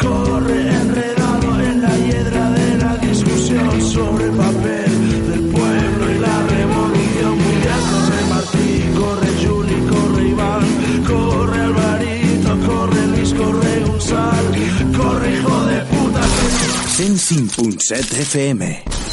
corre enredado en la hiedra de la discusión sobre el papel del pueblo y la revolución mundial. Corre Martí, corre Juli, corre Iván, corre Alvarito, corre Luis, corre Gonzalo, corre hijo de puta.
105.7 FM.